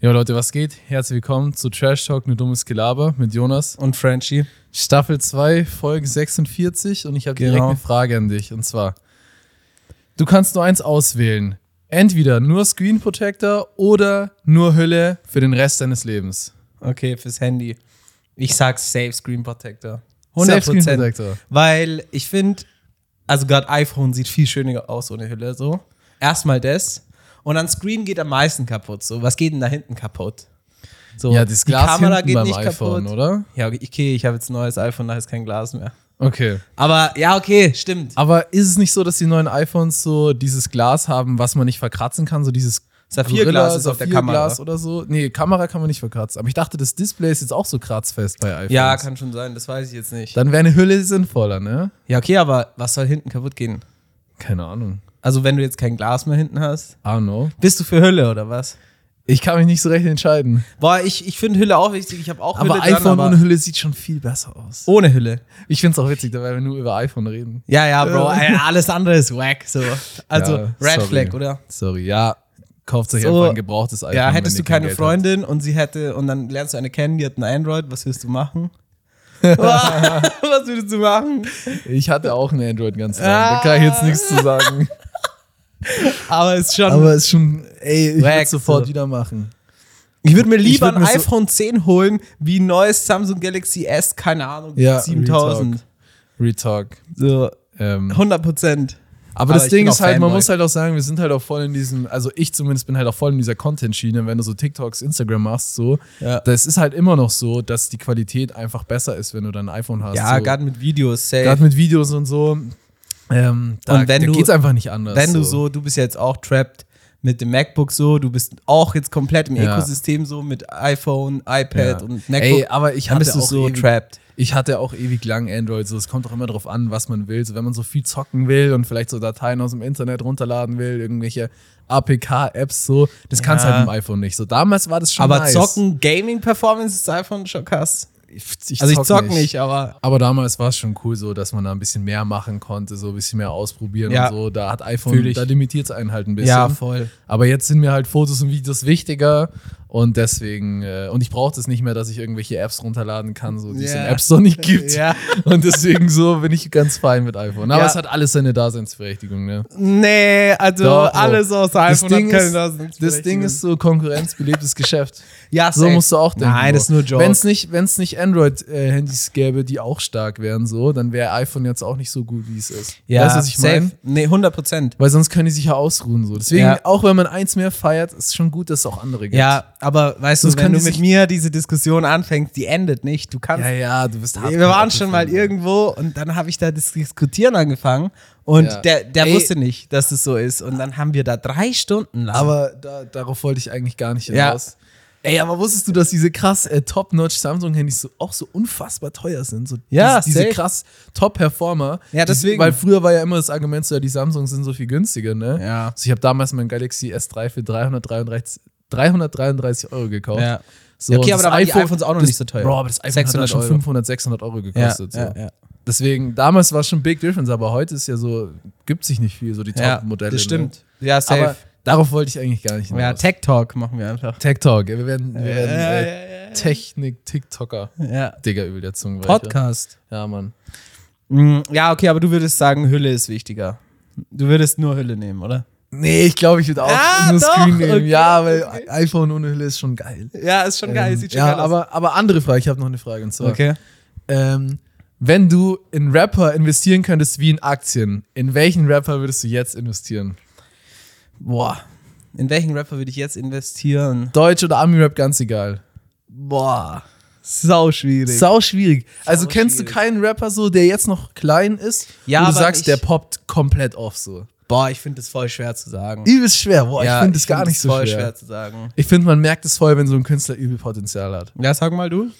Jo Leute, was geht? Herzlich willkommen zu Trash Talk, ne dummes Gelaber mit Jonas. Und Frenchie. Staffel 2, Folge 46 und ich habe direkt Genau. eine Frage an dich und zwar, du kannst nur eins auswählen. Entweder nur Screen Protector oder nur Hülle für den Rest deines Lebens. Okay, fürs Handy. Ich sag Safe Screen Protector. Safe 100 Screen Prozent. Protector. Weil ich finde, also gerade iPhone sieht viel schöner aus ohne Hülle. So. Erstmal das. Und an Screen geht am meisten kaputt. So, was geht denn da hinten kaputt? So, Ja, das Glas hinten beim iPhone, oder? Ja, okay, ich habe jetzt ein neues iPhone, da ist kein Glas mehr. Okay. Aber ja, okay, stimmt. Aber ist es nicht so, dass die neuen iPhones so dieses Glas haben, was man nicht verkratzen kann, so dieses Saphirglas Gorilla, ist auf der Saphirglas Kamera. oder so? Nee, Kamera kann man nicht verkratzen. Aber ich dachte, das Display ist jetzt auch so kratzfest bei iPhones. Ja, kann schon sein, das weiß ich jetzt nicht. Dann wäre eine Hülle sinnvoller, ne? Ja, okay, aber was soll hinten kaputt gehen? Keine Ahnung. Also, wenn du jetzt kein Glas mehr hinten hast, I don't know. bist du für Hülle oder was? Ich kann mich nicht so recht entscheiden. Boah, ich, ich finde Hülle auch wichtig. Ich habe auch Aber Hülle iPhone dran, aber ohne Hülle sieht schon viel besser aus. ohne Hülle. Ich find's auch witzig, dabei wir nur über iPhone reden. Ja, ja, Ja. Bro. ey, Alles andere ist wack. So. Also Ja, Red sorry. Flag, oder? Sorry, ja. Kauft euch So. einfach ein gebrauchtes iPhone. Ja, wenn hättest ihr du kein keine Geld Freundin und sie hätte und dann lernst du eine kennen, die hat ein Android, was würdest du machen? was würdest du machen? Habt. Ich hatte auch ein Android ganz lange. Da kann ich jetzt Ah. nichts zu sagen. Aber ist schon. Aber ist schon, ey, ich würde Wack, sofort so. wieder machen. ich würde mir ich lieber würd mir ein so- iPhone 10 holen, wie ein neues Samsung Galaxy S, keine Ahnung, Ja, 7000. Retalk. So, Ähm, 100 Prozent. Aber, Aber das ich Ding bin ist auch halt, man Fanboy. muss halt auch sagen, wir sind halt auch voll in diesem, also ich zumindest bin halt auch voll in dieser Content-Schiene, wenn du so TikToks, Instagram machst, so, Ja. das ist halt immer noch so, dass die Qualität einfach besser ist, wenn du dann ein iPhone hast. Ja, so. gerade mit Videos, safe. Gerade mit Videos und so. Ähm, da, Und wenn da du- geht's einfach nicht anders. Wenn du so, du bist ja jetzt auch trapped mit dem MacBook so, du bist auch jetzt komplett im Ja. Ökosystem so mit iPhone, iPad ja. und MacBook. Ey, aber ich dann hatte bist du auch so ewig, trapped. Ich hatte auch ewig lang Android, so es kommt doch immer drauf an, was man will. So wenn man so viel zocken will und vielleicht so Dateien aus dem Internet runterladen will, irgendwelche APK-Apps so, das kannst du Ja. halt mit dem iPhone nicht. So damals war das schon Aber nice. zocken, Gaming-Performance ist iPhone schon krass. Ich Also ich zock nicht, aber Aber damals war es schon cool so, dass man da ein bisschen mehr machen konnte, so ein bisschen mehr ausprobieren Ja. und so. Da hat Fühl iPhone, ich. da limitiert es einen halt ein bisschen. Ja, voll. Aber jetzt sind mir halt Fotos und Videos wichtiger und deswegen, äh, und ich brauche das nicht mehr, dass ich irgendwelche Apps runterladen kann, so, die es in Ja. App Store nicht gibt. Ja. Und deswegen so bin ich ganz fein mit iPhone. Aber Ja. es hat alles seine Daseinsberechtigung, ne? nee, also Doch, Bro. alles aus Das iPhone Ding, hat keine ist, das Ding Daseinsberechtigung. ist so konkurrenzbelebtes Geschäft. ja, So musst du auch denken. Nein, das ist nur Joke. Wenn es nicht, wenn's nicht Android-Handys gäbe, die auch stark wären, so, dann wäre iPhone jetzt auch nicht so gut, wie es ist. ja, weißt du, was ich safe. meine? Nee, 100 Prozent. Weil sonst können die sich ja ausruhen. So. Deswegen, Ja. auch wenn man eins mehr feiert, ist schon gut, dass es auch andere gibt. Ja, aber weißt Sonst du, wenn können du die mit sich- mir diese Diskussion anfängst, die endet nicht. Du kannst ja, ja, du bist hart. Wir waren schon mal irgendwo und dann habe ich da das Diskutieren angefangen und Ja. der, der Ey. wusste nicht, dass es so ist. Und dann haben wir da drei Stunden lang. Aber da, darauf wollte ich eigentlich gar nicht Ja. hinaus. Ey, aber wusstest du, dass diese krass äh, Top-Notch Samsung-Handys so, auch so unfassbar teuer sind? So Ja, diese, diese safe. krass Top-Performer. Die- Ja, deswegen. Weil früher war ja immer das Argument, so, ja, die Samsung sind so viel günstiger, ne? Ja. Also ich habe damals mein Galaxy S3 für 333, 333 Euro gekauft. ja. So, Ja, und okay, aber das da waren die iPhones auch noch das, nicht so teuer. Bro, aber das iPhone 600 hat dann schon Euro. 500, 600 Euro Ja, gekostet. ja, so. ja. Deswegen, damals war es schon Big Difference, aber heute ist ja so, gibt sich nicht viel, so die ja Top-Modelle. das Ne? stimmt. Ja, Aber safe. darauf wollte ich eigentlich gar nicht ja, hinaus. Tech Talk machen wir einfach. Tech Talk. Wir werden, wir Ja, werden ja, äh, Technik-TikToker. ja, ja. Digga, übel der Zungenweiche. Podcast. Ja, Mann. Mm, Ja, okay, aber du würdest sagen, Hülle ist wichtiger. Du würdest nur Hülle nehmen, oder? Nee, ich glaube, ich würde auch Ah, nur doch, Screen nehmen. okay, ja, weil iPhone ohne Hülle ist schon geil. Ja, ist schon Ähm, ja, aber, aber andere Frage. Ich habe noch eine Frage. Und zwar, Okay. ähm, wenn du in Rapper investieren könntest wie in Aktien, in welchen Rapper würdest du jetzt investieren? Boah. In welchen Rapper würde ich jetzt investieren? Deutsch oder Ami-Rap, ganz egal. Boah. Sau schwierig. Sau schwierig. Also Sau kennst du schwierig. keinen Rapper so, der jetzt noch klein ist, Ja, wo du aber sagst, ich- der poppt komplett auf so. Boah, ich finde das voll schwer zu sagen. Übelst schwer. Boah, Ja, Oh, ich finde es gar find nicht es so voll schwer. zu sagen. Ich finde, man merkt es voll, wenn so ein Künstler übel Potenzial hat. Ja, sag mal du.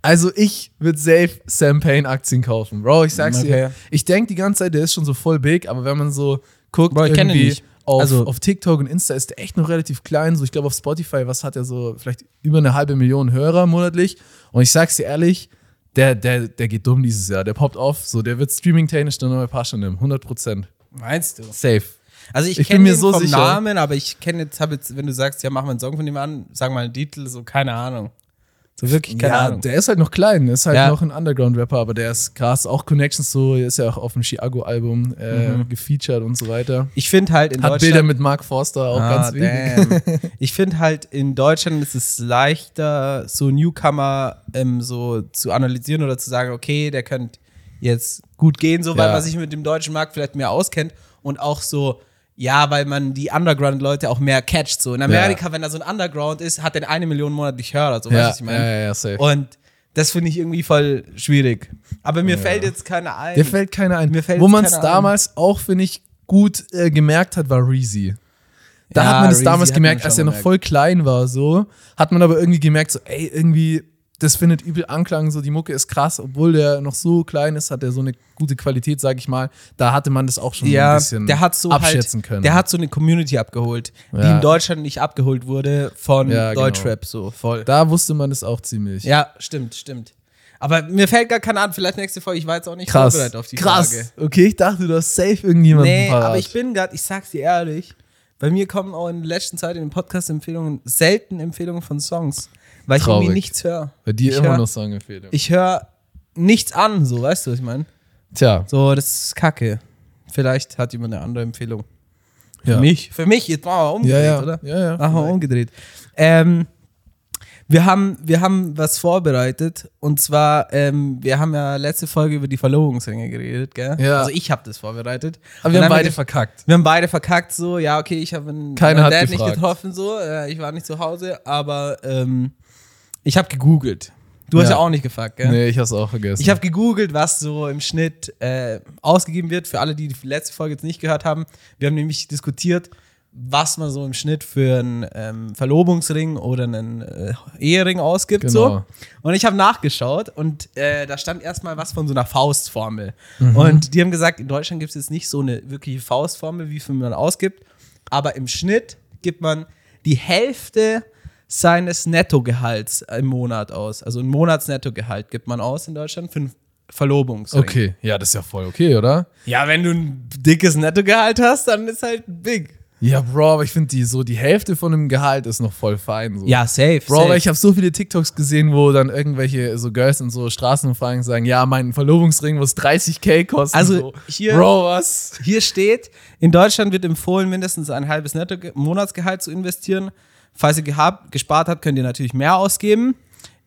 Also ich würde safe Sam Payne Aktien kaufen. Bro, ich sag's Okay. dir. Ich denke die ganze Zeit, der ist schon so voll big, aber wenn man so guckt, Bro, ich kenn ihn irgendwie nicht. auf, Also- auf TikTok und Insta ist der echt noch relativ klein. So, ich glaube auf Spotify, was hat er so, vielleicht über eine halbe Million Hörer monatlich. Und ich sag's dir ehrlich, der, der, der geht dumm dieses Jahr. Der poppt auf. So, der wird streaming-technisch dann neue Pasche nehmen. 100%. Meinst du? Safe. Also ich, Ich bin kenne mir den so vom sicher. Namen, aber ich kenne jetzt, habe jetzt, wenn du sagst, ja, mach mal einen Song von dem an, sag mal einen Titel, so keine Ahnung. So wirklich keine ja, Ahnung. der ist halt noch klein, ist halt Ja. noch ein Underground-Rapper, aber der ist krass. Auch Connections so, der ist ja auch auf dem Chiago-Album äh, Mhm. gefeatured und so weiter. Ich finde halt in Hat Bilder Deutschland. mit Mark Forster auch Ah, ganz wenig. damn. Ich finde halt in Deutschland ist es leichter, so Newcomer ähm, so zu analysieren oder zu sagen, okay, der könnte jetzt gut gehen, so weil Ja. man sich mit dem deutschen Markt vielleicht mehr auskennt und auch so. Ja, weil man die Underground-Leute auch mehr catcht. So in Amerika, wenn da so ein Underground ist, hat der eine Million monatlich Hörer. So, weißt du, Ja, was ich ja, meine? ja, ja, safe. Und das finde ich irgendwie voll schwierig. Aber mir fällt jetzt keiner ein. Der fällt keiner ein. Mir fällt Wo jetzt man es keiner damals auch, finde ich, gut äh, gemerkt hat, war Reezy. Da Ja, hat man es Reezy damals hat man gemerkt, schon als er noch gemerkt. voll klein war, so. Hat man aber irgendwie gemerkt, so, ey, irgendwie, das findet übel Anklang, so, die Mucke ist krass. Obwohl der noch so klein ist, hat er so eine gute Qualität, sag ich mal. Da hatte man das auch schon ein ja, bisschen der hat so abschätzen halt, können. Der hat so eine Community abgeholt, die Ja. in Deutschland nicht abgeholt wurde von Ja, genau. Deutschrap so voll. da wusste man es auch ziemlich. Ja, stimmt, stimmt. Aber mir fällt gar keiner an, vielleicht nächste Folge, ich war jetzt auch nicht krass. vorbereitet auf die krass. Frage. Okay, ich dachte, du hast safe irgendjemanden Nee, parat. aber ich bin gerade, ich sag's dir ehrlich, bei mir kommen auch in der letzten Zeit in den Podcast-Empfehlungen selten Empfehlungen von Songs, weil ich Traurig. irgendwie nichts höre. Bei dir ich immer hör- noch Songempfehlung. Ich höre nichts an, so, weißt du, was ich meine? Tja. So, das ist kacke. Vielleicht hat jemand eine andere Empfehlung. Ja. Für mich. Für mich, jetzt machen wir Ja, umgedreht, ja. oder? Ah, ja, ja. Machen wir umgedreht. Ähm, wir, haben, wir haben was vorbereitet und zwar, ähm, wir haben ja letzte Folge über die Verlobungshänge geredet, gell? Ja. Also ich habe das vorbereitet. Aber Dann wir haben wir beide das- verkackt. wir haben beide verkackt, so, ja, okay, ich habe meinen Keiner meinen hat Dad nicht gefragt. getroffen, so, äh, ich war nicht zu Hause, aber ähm, ich habe gegoogelt. Du hast Ja. ja auch nicht gefragt, gell? Nee, ich hab's auch vergessen. Ich habe gegoogelt, was so im Schnitt äh, ausgegeben wird. Für alle, die die letzte Folge jetzt nicht gehört haben. Wir haben nämlich diskutiert, was man so im Schnitt für einen ähm, Verlobungsring oder einen äh, Ehering ausgibt. So. Genau. Und ich habe nachgeschaut und äh, da stand erstmal was von so einer Faustformel. Und die haben gesagt, in Deutschland gibt es jetzt nicht so eine wirkliche Faustformel, wie viel man ausgibt. Aber im Schnitt gibt man die Hälfte seines Nettogehalts im Monat aus. Also ein Monatsnettogehalt gibt man aus in Deutschland für einen Verlobungsring. okay, ja, das ist ja voll okay, oder? Ja, wenn du ein dickes Nettogehalt hast, dann ist halt big. Ja, Bro, aber ich finde die so die Hälfte von dem Gehalt ist noch voll fein. So. Ja, safe. Bro, safe. weil ich habe so viele TikToks gesehen, wo dann irgendwelche so Girls in so Straßenumfragen sagen, ja, mein Verlobungsring muss 30k kosten. Also, so. hier- Bro, was? Hier steht, in Deutschland wird empfohlen, mindestens ein halbes Netto Monatsgehalt zu investieren. Falls ihr gehabt, gespart habt, könnt ihr natürlich mehr ausgeben.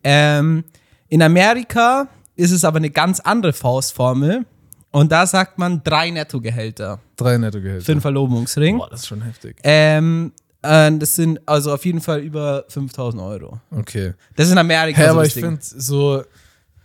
Ähm, in Amerika ist es aber eine ganz andere Faustformel. Und da sagt man drei Nettogehälter Drei netto Gehälter. für einen Verlobungsring. Boah, das ist schon heftig. Ähm, äh, das sind also auf jeden Fall über 5000 Euro. Okay. Das ist in Amerika. Hä, so aber Also das ich Ding. finde so,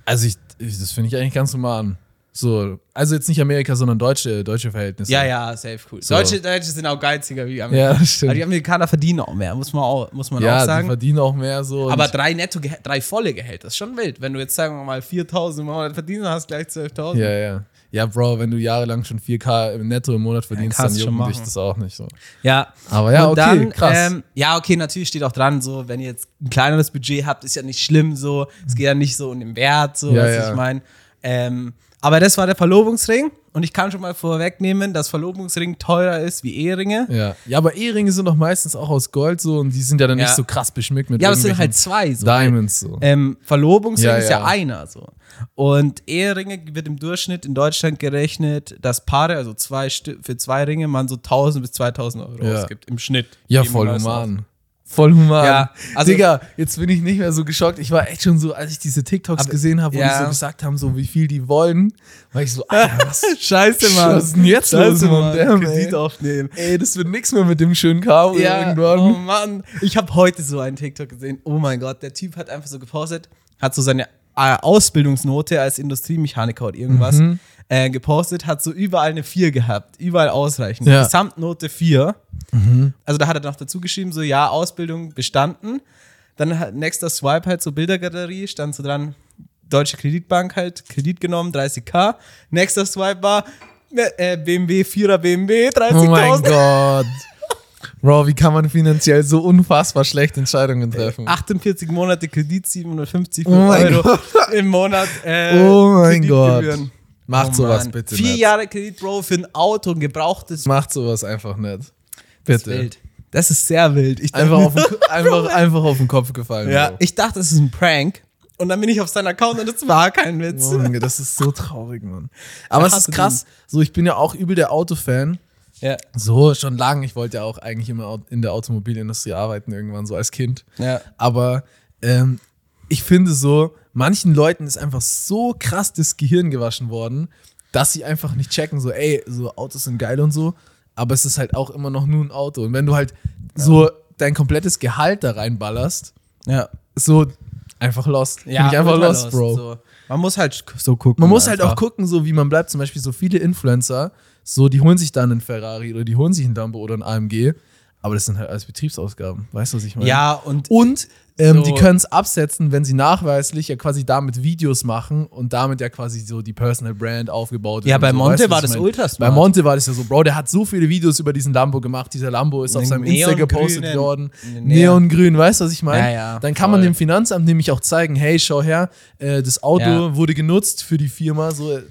also ich, ich das finde ich eigentlich ganz normal an. So, also jetzt nicht Amerika, sondern deutsche, deutsche Verhältnisse. Ja, ja, safe cool. So. Deutsche, Deutsche sind auch geiziger wie Amerikaner. Ja, das Aber die stimmt. Amerikaner verdienen auch mehr, muss man auch, muss man auch Ja, die sagen. verdienen auch mehr so. und- Aber drei netto, Gehä- drei volle Gehälter, ist schon wild. Wenn du jetzt, sagen wir mal, 4.000 im Monat verdienst, dann hast du gleich 12.000. Ja, ja. Ja, Bro, wenn du jahrelang schon 4K im netto im Monat verdienst, kannst dann schon juckt dich machen. das auch nicht so. Ja. Aber ja, okay, krass. Ähm, ja, okay, natürlich steht auch dran, so, wenn ihr jetzt ein kleineres Budget habt, ist ja nicht schlimm, so. Es geht ja nicht so um den Wert, so, Ja, was ja. ich meine. Ähm, aber das war der Verlobungsring und ich kann schon mal vorwegnehmen, dass Verlobungsring teurer ist wie Eheringe. Ja. ja, aber Eheringe sind doch meistens auch aus Gold so und die sind ja dann Ja. nicht so krass beschmückt mit Ja, aber es sind irgendwelchen halt zwei, so. Diamonds so. Ähm, Verlobungsring Ja, ist ja ja. einer so. Und Eheringe wird im Durchschnitt in Deutschland gerechnet, dass Paare, also zwei Stü- für zwei Ringe, man so 1000 bis 2000 Euro Ja. ausgibt im Schnitt. ja, Geben voll wir das aus. human. Voll human. Ja, also- Digga, jetzt bin ich nicht mehr so geschockt. Ich war echt schon so, als ich diese TikToks Aber- gesehen habe, wo ja. die so gesagt haben, so wie viel die wollen, war ich so, ah, Alter, was, Scheiße, Mann. was ist denn jetzt los, Scheiße, Mann? Mann. Damn, Kredit ey. aufnehmen. ey, das wird nichts mehr mit dem schönen Kabel Ja, irgendwann. oh Mann. Ich habe heute so einen TikTok gesehen. Oh mein Gott, der Typ hat einfach so gepostet, hat so seine äh, Ausbildungsnote als Industriemechaniker oder irgendwas äh, gepostet, hat so überall eine 4 gehabt, überall ausreichend. Ja. Gesamtnote 4. Also da hat er noch dazu geschrieben, so ja, Ausbildung bestanden. Dann hat nächster Swipe halt so Bildergalerie, stand so dran, Deutsche Kreditbank halt, Kredit genommen, 30k. Nächster Swipe war äh, BMW, 4er BMW, 30.000. Oh mein Gott. Bro, wie kann man finanziell so unfassbar schlecht Entscheidungen treffen? 48 Monate Kredit, 750 Oh mein Euro im Monat. Äh, oh mein Gott. Kreditgebühren. Macht Oh sowas Mann. bitte Vier nicht. Jahre Kredit, Bro, für ein Auto, ein gebrauchtes. Macht sowas einfach nicht. Das ist Bitte. wild. Das ist sehr wild. Ich Einfach auf, den, Ko- einfach, einfach auf den Kopf gefallen. ja, Bro. ich dachte, es ist ein Prank. Und dann bin ich auf seinen Account und es war kein Witz. Junge, das ist so traurig, Mann. Aber es hasse ist krass. So, ich bin ja auch übel der Autofan. Ja. So, schon lange. Ich wollte ja auch eigentlich immer au- in der Automobilindustrie arbeiten, irgendwann so als Kind. Ja. Aber ähm, ich finde so, manchen Leuten ist einfach so krass das Gehirn gewaschen worden, dass sie einfach nicht checken, so, ey, so Autos sind geil und so, aber es ist halt auch immer noch nur ein Auto. Und wenn du halt so dein komplettes Gehalt da reinballerst, Ja. so einfach lost. Ja, Bin ich einfach ultra lost, Bro. So. Man muss halt so gucken. Man muss halt einfach. auch gucken, so wie man bleibt. Zum Beispiel so viele Influencer, so die holen sich dann einen Ferrari oder die holen sich einen Lambo oder einen AMG, aber das sind halt alles Betriebsausgaben. Weißt du, was ich meine? Ja, und Und ähm, So. die können es absetzen, wenn sie nachweislich ja quasi damit Videos machen und damit ja quasi so die Personal Brand aufgebaut wird. Ja, und bei so. Monte Weißt du, war was ich das meine? ultra smart. Bei Monte war das ja so, Bro, der hat so viele Videos über diesen Lambo gemacht. Dieser Lambo ist auf Den seinem Insta gepostet neongrünen- worden. den Neon- Neongrün, weißt du, was ich meine? Ja, ja, Dann kann man voll. dem Finanzamt nämlich auch zeigen, hey, schau her, äh, das Auto Ja. wurde genutzt für die Firma, so äh,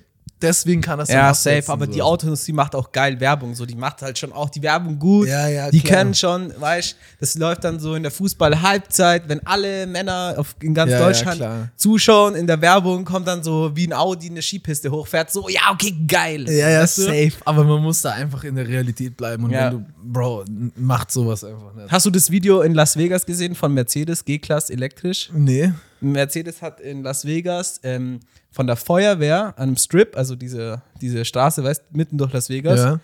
deswegen kann das dann ja, safe, absetzen, aber so. die Autoindustrie macht auch geil Werbung, so die macht halt schon auch die Werbung gut. Ja, ja, die klar. können schon, weißt, das läuft dann so in der Fußball-Halbzeit, wenn alle Männer auf, in ganz Ja, ja, Deutschland klar. zuschauen, in der Werbung kommt dann so wie ein Audi eine Skipiste hochfährt, so ja, okay, geil. Ja, ja, Weißt du? safe. Aber man muss da einfach in der Realität bleiben. Und Ja. wenn du, Bro, n- macht sowas einfach nicht. Hast du das Video in Las Vegas gesehen von Mercedes G-Klasse elektrisch? Nee. Mercedes hat in Las Vegas ähm, von der Feuerwehr an einem Strip, also diese, diese Straße, weißt mitten durch Las Vegas, Ja.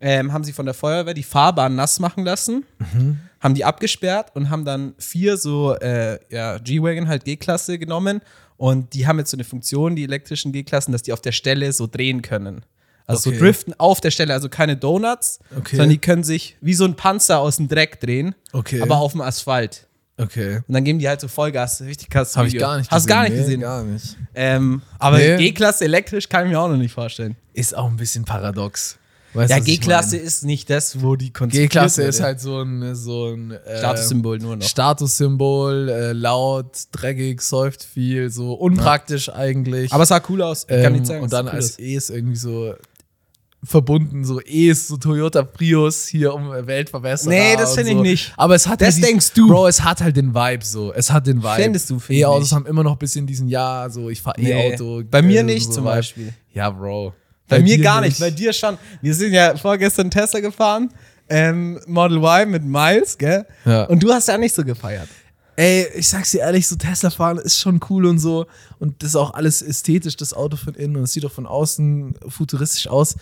ähm, haben sie von der Feuerwehr die Fahrbahn nass machen lassen, Mhm. haben die abgesperrt und haben dann vier so äh, ja, G-Wagon, halt G-Klasse genommen und die haben jetzt so eine Funktion, die elektrischen G-Klassen, dass die auf der Stelle so drehen können. Also Okay. so driften auf der Stelle, also keine Donuts, Okay. sondern die können sich wie so ein Panzer aus dem Dreck drehen, Okay. aber auf dem Asphalt. Okay. Und dann geben die halt so Vollgas, richtig krass. Habe ich gar nicht Hast gesehen. gar nicht Nee, gesehen. Gar nicht. Ähm, aber Nee. G-Klasse elektrisch kann ich mir auch noch nicht vorstellen. Ist auch ein bisschen paradox. Weißt ja, du, was ich G-Klasse meine? ist nicht das, wo die konzipiert G-Klasse wurde. ist halt so ein, so ein äh, Statussymbol nur noch. Statussymbol, äh, laut, dreckig, säuft viel, so unpraktisch eigentlich. Aber es sah cool aus. Ich ähm, kann nicht sagen, und es sah dann cool als aus. E ist irgendwie so verbunden, so E ist so Toyota Prius hier um Weltverbesserer. Nee, das und finde ich so. nicht. Aber es hat Das diesen- denkst du. Bro, es hat halt den Vibe so. Es hat den Vibe. Findest du, finde E-Autos ich. haben immer noch ein bisschen diesen Ja, so ich fahre Nee. E-Auto. Bei mir äh, nicht zum Vibe. Beispiel. Ja, Bro. Bei, mir gar nicht, bei dir schon. Wir sind ja vorgestern Tesla gefahren, ähm, Model Y mit Miles, gell? Ja. Und du hast ja nicht so gefeiert. Ey, ich sag's dir ehrlich, so Tesla fahren ist schon cool und so. Und das ist auch alles ästhetisch, das Auto von innen. Und es sieht auch von außen futuristisch aus.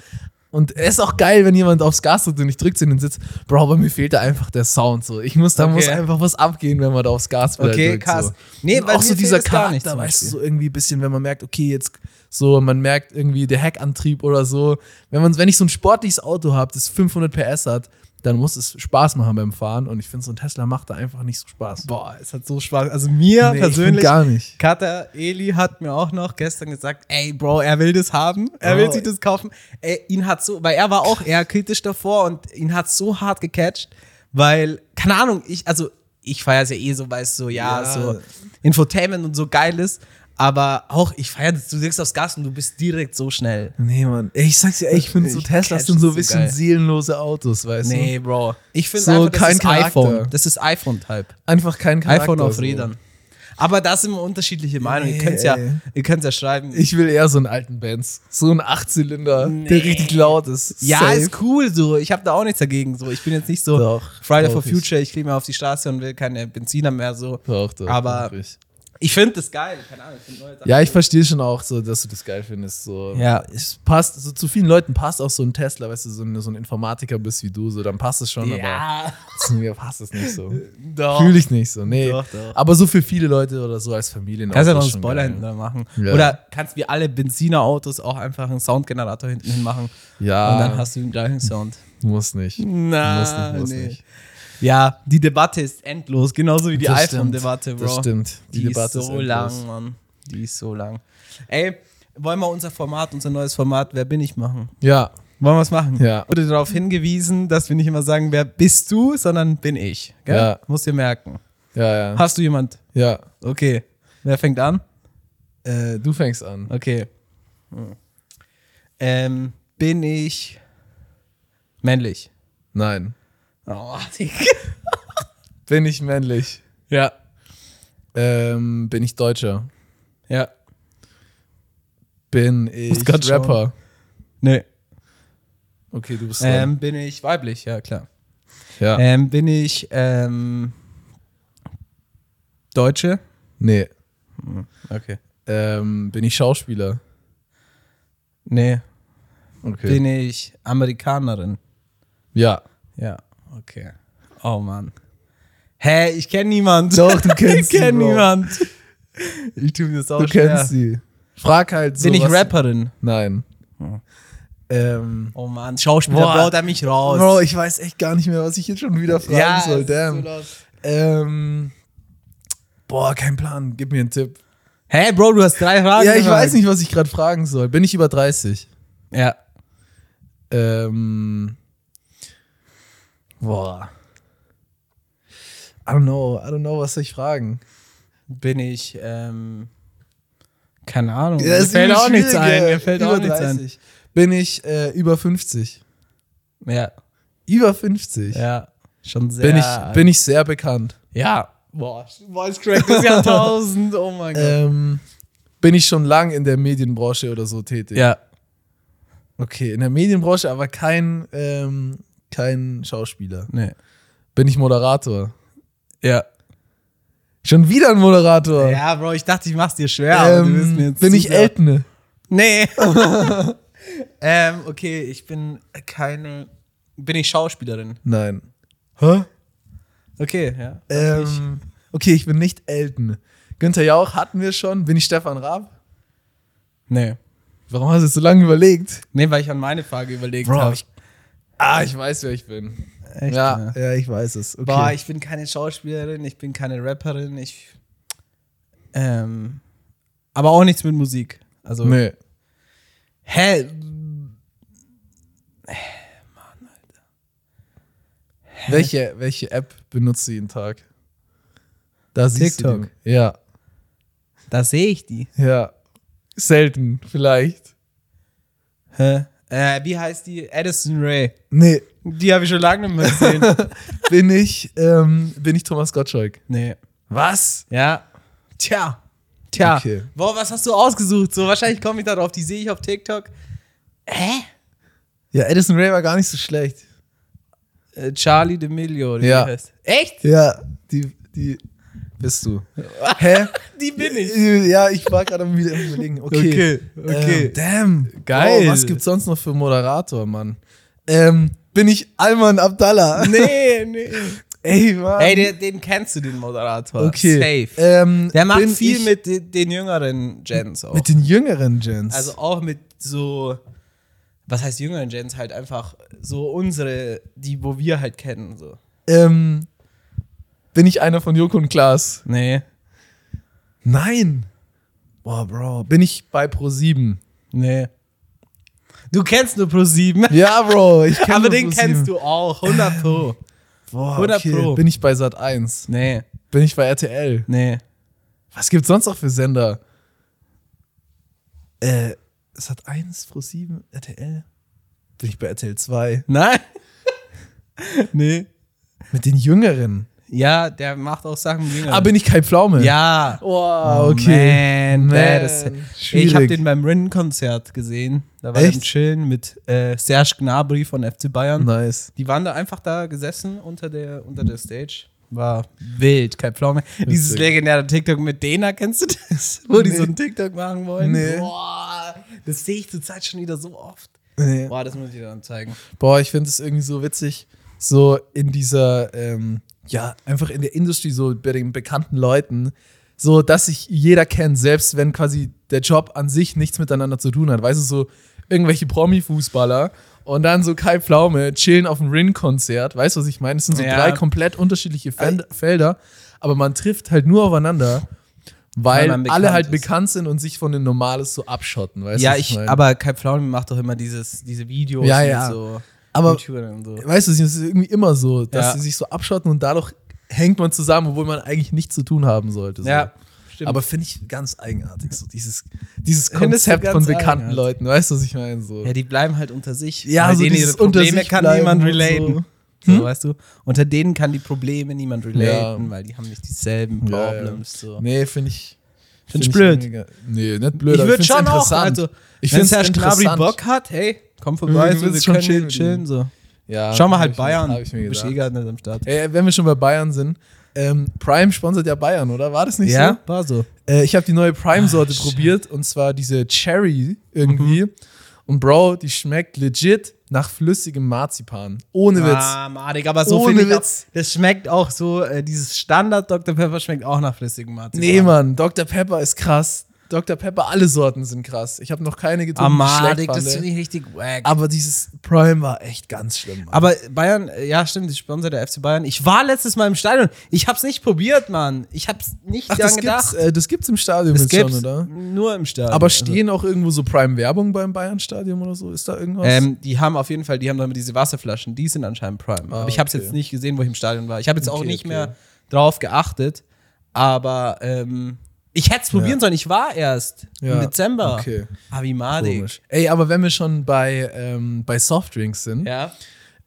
Und es ist auch geil, wenn jemand aufs Gas drückt und ich drück's in den Sitz. Bro, aber mir fehlt da einfach der Sound. So. Ich muss, da Okay. muss einfach was abgehen, wenn man da aufs Gas drückt. Okay, drückt, krass. So. Nee, Nee, bei auch mir so fehlt dieser es gar nicht Charakter, zum weißt du, Beispiel. so irgendwie ein bisschen, wenn man merkt, okay, jetzt so, man merkt irgendwie der Heckantrieb oder so. Wenn, man, wenn ich so ein sportliches Auto habe, das 500 PS hat, dann muss es Spaß machen beim Fahren. Und ich finde, so ein Tesla macht da einfach nicht so Spaß. Boah, es hat so Spaß. Also mir Nee, ich find persönlich. gar nicht. Kata Eli hat mir auch noch gestern gesagt, ey Bro, er will das haben, er will Oh. sich das kaufen. Ey, ihn hat so, weil er war auch eher kritisch davor und ihn hat so hart gecatcht, weil, keine Ahnung, ich, also ich feiere es ja eh so, weil es so, ja, Ja. so Infotainment und so geil ist. Aber auch, ich feiere das, du legst aufs Gas und du bist direkt so schnell. Nee, Mann. Ey, Ich sag's dir, ey, ich finde so Ich Teslas catch sind so ein das so bisschen geil. seelenlose Autos, weißt du? Nee, Bro. Ich finde So einfach, das kein ist Charakter. iPhone. Das ist iPhone-Type. Einfach kein Charakter. iPhone auf so. Rädern. Aber da sind wir unterschiedliche Meinungen. Ihr könnt ja, Nee. ihr könnt's ja schreiben. Ich will eher so einen alten Benz. So einen Achtzylinder, Nee. der richtig laut ist. Ja, Safe. ist cool so. Ich habe da auch nichts dagegen so. Ich bin jetzt nicht so Doch, Friday for glaub ich. Future, ich gehe mal auf die Straße und will keine Benziner mehr so. Doch, doch, Aber- wirklich. Ich finde das geil, keine Ahnung, ich find neue Sachen. Ja, ich verstehe schon auch so, dass du das geil findest. So. Ja. Es passt, so zu vielen Leuten passt auch so ein Tesla, weißt du, so ein, so ein Informatiker bist wie du, so, dann passt es schon, aber Ja, zu mir passt es nicht so. doch. Fühle ich nicht so, nee. Doch, doch. Aber so für viele Leute oder so als Familien. Kannst ja noch einen Spoiler hinten dran machen. Ja. Oder kannst wie alle Benzinerautos auch einfach einen Soundgenerator hinten hin machen. Ja, Und dann hast du den gleichen Sound. Ah. muss nicht. Na, muss nicht, muss nee. nicht. Ja, die Debatte ist endlos, genauso wie die Das stimmt, iPhone-Debatte, Bro. Das stimmt. Die, Debatte ist so endlos. lang, Mann. Die ist so lang. Ey, wollen wir unser Format, unser neues Format, wer bin ich machen? Ja, Wollen wir es machen? Ja. Wurde darauf hingewiesen, dass wir nicht immer sagen, wer bist du, sondern bin ich. Gell? Ja. Musst dir merken. ja, ja. Hast du jemand? ja. Okay. Wer fängt an? Äh, du fängst an. Okay. Hm. Ähm, bin ich männlich? Nein. Oh, Digga. Bin ich männlich? ja, Ähm, bin ich Deutscher? ja. Bin ich grad schauen. Rapper? Nee. Okay, du bist dran. Ähm, bin ich weiblich? Ja, klar. Ja. Ähm, bin ich ähm, Deutsche? Hm, nee. Okay. Ähm, bin ich Schauspieler? Nee. Okay. Bin ich Amerikanerin? ja. Ja, okay. Oh Mann. Hä, ich kenne niemand. Doch, du kennst ich sie, kenne Bro. niemand. Ich tue mir das auch Du kennst sie. Frag halt so. Bin ich Hm. was- Rapperin? Nein. Ähm, Oh Mann, Schauspieler Boah. baut er mich raus. Bro, ich weiß echt gar nicht mehr, was ich jetzt schon wieder fragen Oh, ja, es soll. ist so Damn. los. ähm, boah, kein Plan. Gib mir einen Tipp. Hä, Bro, du hast drei Fragen. Ja, ich gefragt. weiß nicht, was ich gerade fragen soll. Bin ich über 30? Ja. Ähm. Boah. I don't know. I don't know, was soll ich fragen? Bin ich, ähm, keine Ahnung. Ja, mir ist fällt übel auch nichts schwierig, ein. ey. Mir fällt über auch nichts ein. 30. Bin ich äh, über 50? Ja, Über 50? ja. Schon sehr. Bin, ich, bin ich sehr bekannt? ja. Boah, Voice Crack des Jahrtausend. Oh mein Gott. Ähm, bin ich schon lang in der Medienbranche oder so tätig? ja. Okay, in der Medienbranche, aber kein, ähm, kein Schauspieler. Nee. Bin ich Moderator? Ja. Schon wieder ein Moderator? Ja, Bro, ich dachte, ich mach's dir schwer, aber du bist Äh, ähm, mir jetzt bin zu ich sehr- Eltene? Nee. ähm, okay, ich bin keine. Bin ich Schauspielerin? Nein. Hä? Okay, ja. Ähm, okay, ich bin nicht Elton. Günther Jauch hatten wir schon. Bin ich Stefan Raab? Nee. Warum hast du so lange überlegt? Nee, weil ich an meine Frage überlegt Bro, habe. ich- Ah, ich weiß, wer ich bin. Echt? ja, ne? ja, ich weiß es. Okay. Boah, ich bin keine Schauspielerin, ich bin keine Rapperin, ich. Ähm. Aber auch nichts mit Musik. Also. nee. Hä? Äh, Mann, Alter. Welche, welche App benutzt du jeden Tag? Da siehst du TikTok. den. Ja, Da sehe ich die. ja. Selten, vielleicht. Hä? Äh, wie heißt die? Addison Ray. Nee, Die habe ich schon lange nicht mehr gesehen. bin ich, ähm, bin ich Thomas Gottschalk. nee. Was? Ja. Tja. Tja. Okay. Boah, was hast du ausgesucht? So, wahrscheinlich komme ich da drauf. Die sehe ich auf TikTok. Hä? Ja, Edison Ray war gar nicht so schlecht. Äh, Charlie DeMilio, oder Ja. wie die heißt. Echt? Ja, die, die bist du. Hä? Die bin ich. Äh, Ja, ich war gerade am wieder am überlegen. Okay. Okay, okay. Ähm, damn. Geil. Oh, was gibt's sonst noch für Moderator, Mann? Ähm, bin ich Alman Abdallah? Nee, nee. Ey, Mann. Ey, den, den kennst du, den Moderator. okay. Safe. Ähm, Der macht bin viel ich mit den, den jüngeren Gens auch. Mit den jüngeren Gens. Also auch mit so, was heißt jüngeren Gens? Halt einfach so unsere, die, wo wir halt kennen. So. ähm, bin ich einer von Joko und Klaas? Nee, Nein. Boah, Bro. Bin ich bei Pro7? nee. Du kennst nur Pro7. Ja, Bro. Ich kenn Aber nur den Pro7. kennst du auch, 100 Pro. Boah, 100 okay. Pro. Bin ich bei Sat1? nee, Bin ich bei RTL? nee. Was gibt's sonst noch für Sender? Äh, Sat1, Pro7, RTL? Bin ich bei RTL 2? Nein? nee. Mit den Jüngeren. Ja, der macht auch Sachen jünger. Ah, bin ich Kai Pflaume? ja. Wow, okay. Oh, Man, Man, das schwierig. ich habe den beim Rin-Konzert gesehen. Da war er im Echt? Chillen mit äh, Serge Gnabry von FC Bayern. Nice. Die waren da einfach da gesessen unter der, unter der Stage. War wild, kein Pflaume. Dieses legendäre TikTok mit Dena, kennst du das? Wo die Nee. so ein TikTok machen wollen. Nee. Boah, das sehe ich zurzeit schon wieder so oft. Nee. Boah, das muss ich dir dann zeigen. Boah, ich finde es irgendwie so witzig, so in dieser, ähm, ja, einfach in der Industrie, so bei den bekannten Leuten, so dass sich jeder kennt, selbst wenn quasi der Job an sich nichts miteinander zu tun hat. Weißt du, so irgendwelche Promi-Fußballer und dann so Kai Pflaume chillen auf dem Rin-Konzert. Weißt du, was ich meine? Das sind so Ja. drei komplett unterschiedliche Fel Felder, aber man trifft halt nur aufeinander. Weil, Weil man bekannt alle halt ist. bekannt sind und sich von den Normales so abschotten, weißt du? ja, was ich, meine? aber Kai Pflaume macht doch immer dieses, diese Videos Ja, ja. mit so Aber- YouTubern und so. weißt du, es ist irgendwie immer so, dass Ja. sie sich so abschotten und dadurch hängt man zusammen, obwohl man eigentlich nichts zu tun haben sollte. So. Ja, stimmt. Aber finde ich ganz eigenartig, so dieses, dieses Findest du Konzept ganz von bekannten eigenartig? Leuten. Weißt du, was ich meine? So. ja, die bleiben halt unter sich. Ja, Bei so denen dieses ihre Probleme unter sich kann bleiben niemand und Hm? relaten. So. weißt du? Unter denen kann die Probleme niemand relaten, Ja. weil die haben nicht dieselben Ja, Problems. So. Nee, finde ich. Find's blöd. mega- Nee, nicht blöd. ich aber würde find's schon auch, interessant. also, ich wenn finde es Herr Schnabri interessant. Bock hat, hey, komm vorbei, Wir so, wir müssen schon können chillen Mhm, chillen, mit chillen ihm. so. Ja, Schauen wir hab halt ich mir- Bayern. hab Ich mir Bist gedacht. eh grad nicht am Start. Ey, wenn wir schon bei Bayern sind, ähm, Prime sponsert ja Bayern, oder? War das nicht so? Ja, war so. Äh, ich habe die neue Ah, Prime-Sorte probiert und zwar diese Cherry irgendwie. Mhm. Und Bro, die schmeckt legit nach flüssigem Marzipan. Ohne Witz. Ah, madig, aber so Ohne finde ich auch, Witz. das schmeckt auch so, äh, dieses Standard Dr. Pepper schmeckt auch nach flüssigem Marzipan. Nee, Mann, Dr. Pepper ist krass. Dr. Pepper, alle Sorten sind krass. Ich habe noch keine Ah, getrunken. die ich schlecht madig, fand, das ey. finde ich richtig wack. aber dieses Prime war echt ganz schlimm. Mann. Aber Bayern, äh, ja stimmt, die Sponsor der FC Bayern. Ich war letztes Mal im Stadion. Ich hab's nicht probiert, Mann. Ich hab's nicht Ach, dran das gedacht. gibt's, äh, das gibt's im Stadion Es jetzt schon, gibt's oder? nur im Stadion. Aber Also- stehen auch irgendwo so Prime-Werbung beim Bayern-Stadion oder so? Ist da irgendwas? Ähm, die haben auf jeden Fall, die haben dann diese Wasserflaschen, die sind anscheinend Prime. Ah, aber ich habe es okay. jetzt nicht gesehen, wo ich im Stadion war. Ich habe jetzt auch Okay, nicht okay. mehr drauf geachtet, aber ähm, ich hätte es probieren sollen. Ich war erst im Ja, Dezember. okay. Ah, wie madig. Komisch. Ey, aber wenn wir schon bei, ähm, bei Softdrinks sind, Ja.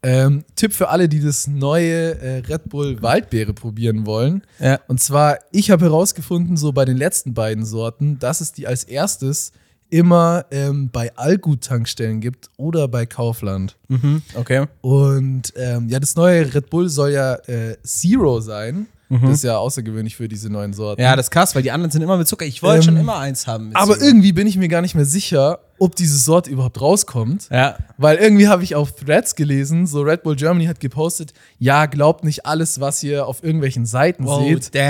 ähm, Tipp für alle, die das neue äh, Red Bull Waldbeere probieren wollen. ja. Und zwar, ich habe herausgefunden, so bei den letzten beiden Sorten, dass es die als erstes immer ähm, bei Algut-Tankstellen gibt oder bei Kaufland. Mhm. Okay. Und ähm, ja, das neue Red Bull soll ja äh, Zero sein. Das ist ja außergewöhnlich für diese neuen Sorten. Mhm. Ja, das ist krass, weil die anderen sind immer mit Zucker. Ich wollte Ähm, schon immer eins haben. mit Aber Zucker. irgendwie bin ich mir gar nicht mehr sicher, ob diese Sorte überhaupt rauskommt. Ja. Weil irgendwie habe ich auf Threads gelesen, so Red Bull Germany hat gepostet, ja, glaubt nicht alles, was ihr auf irgendwelchen Seiten Oh, seht. damn.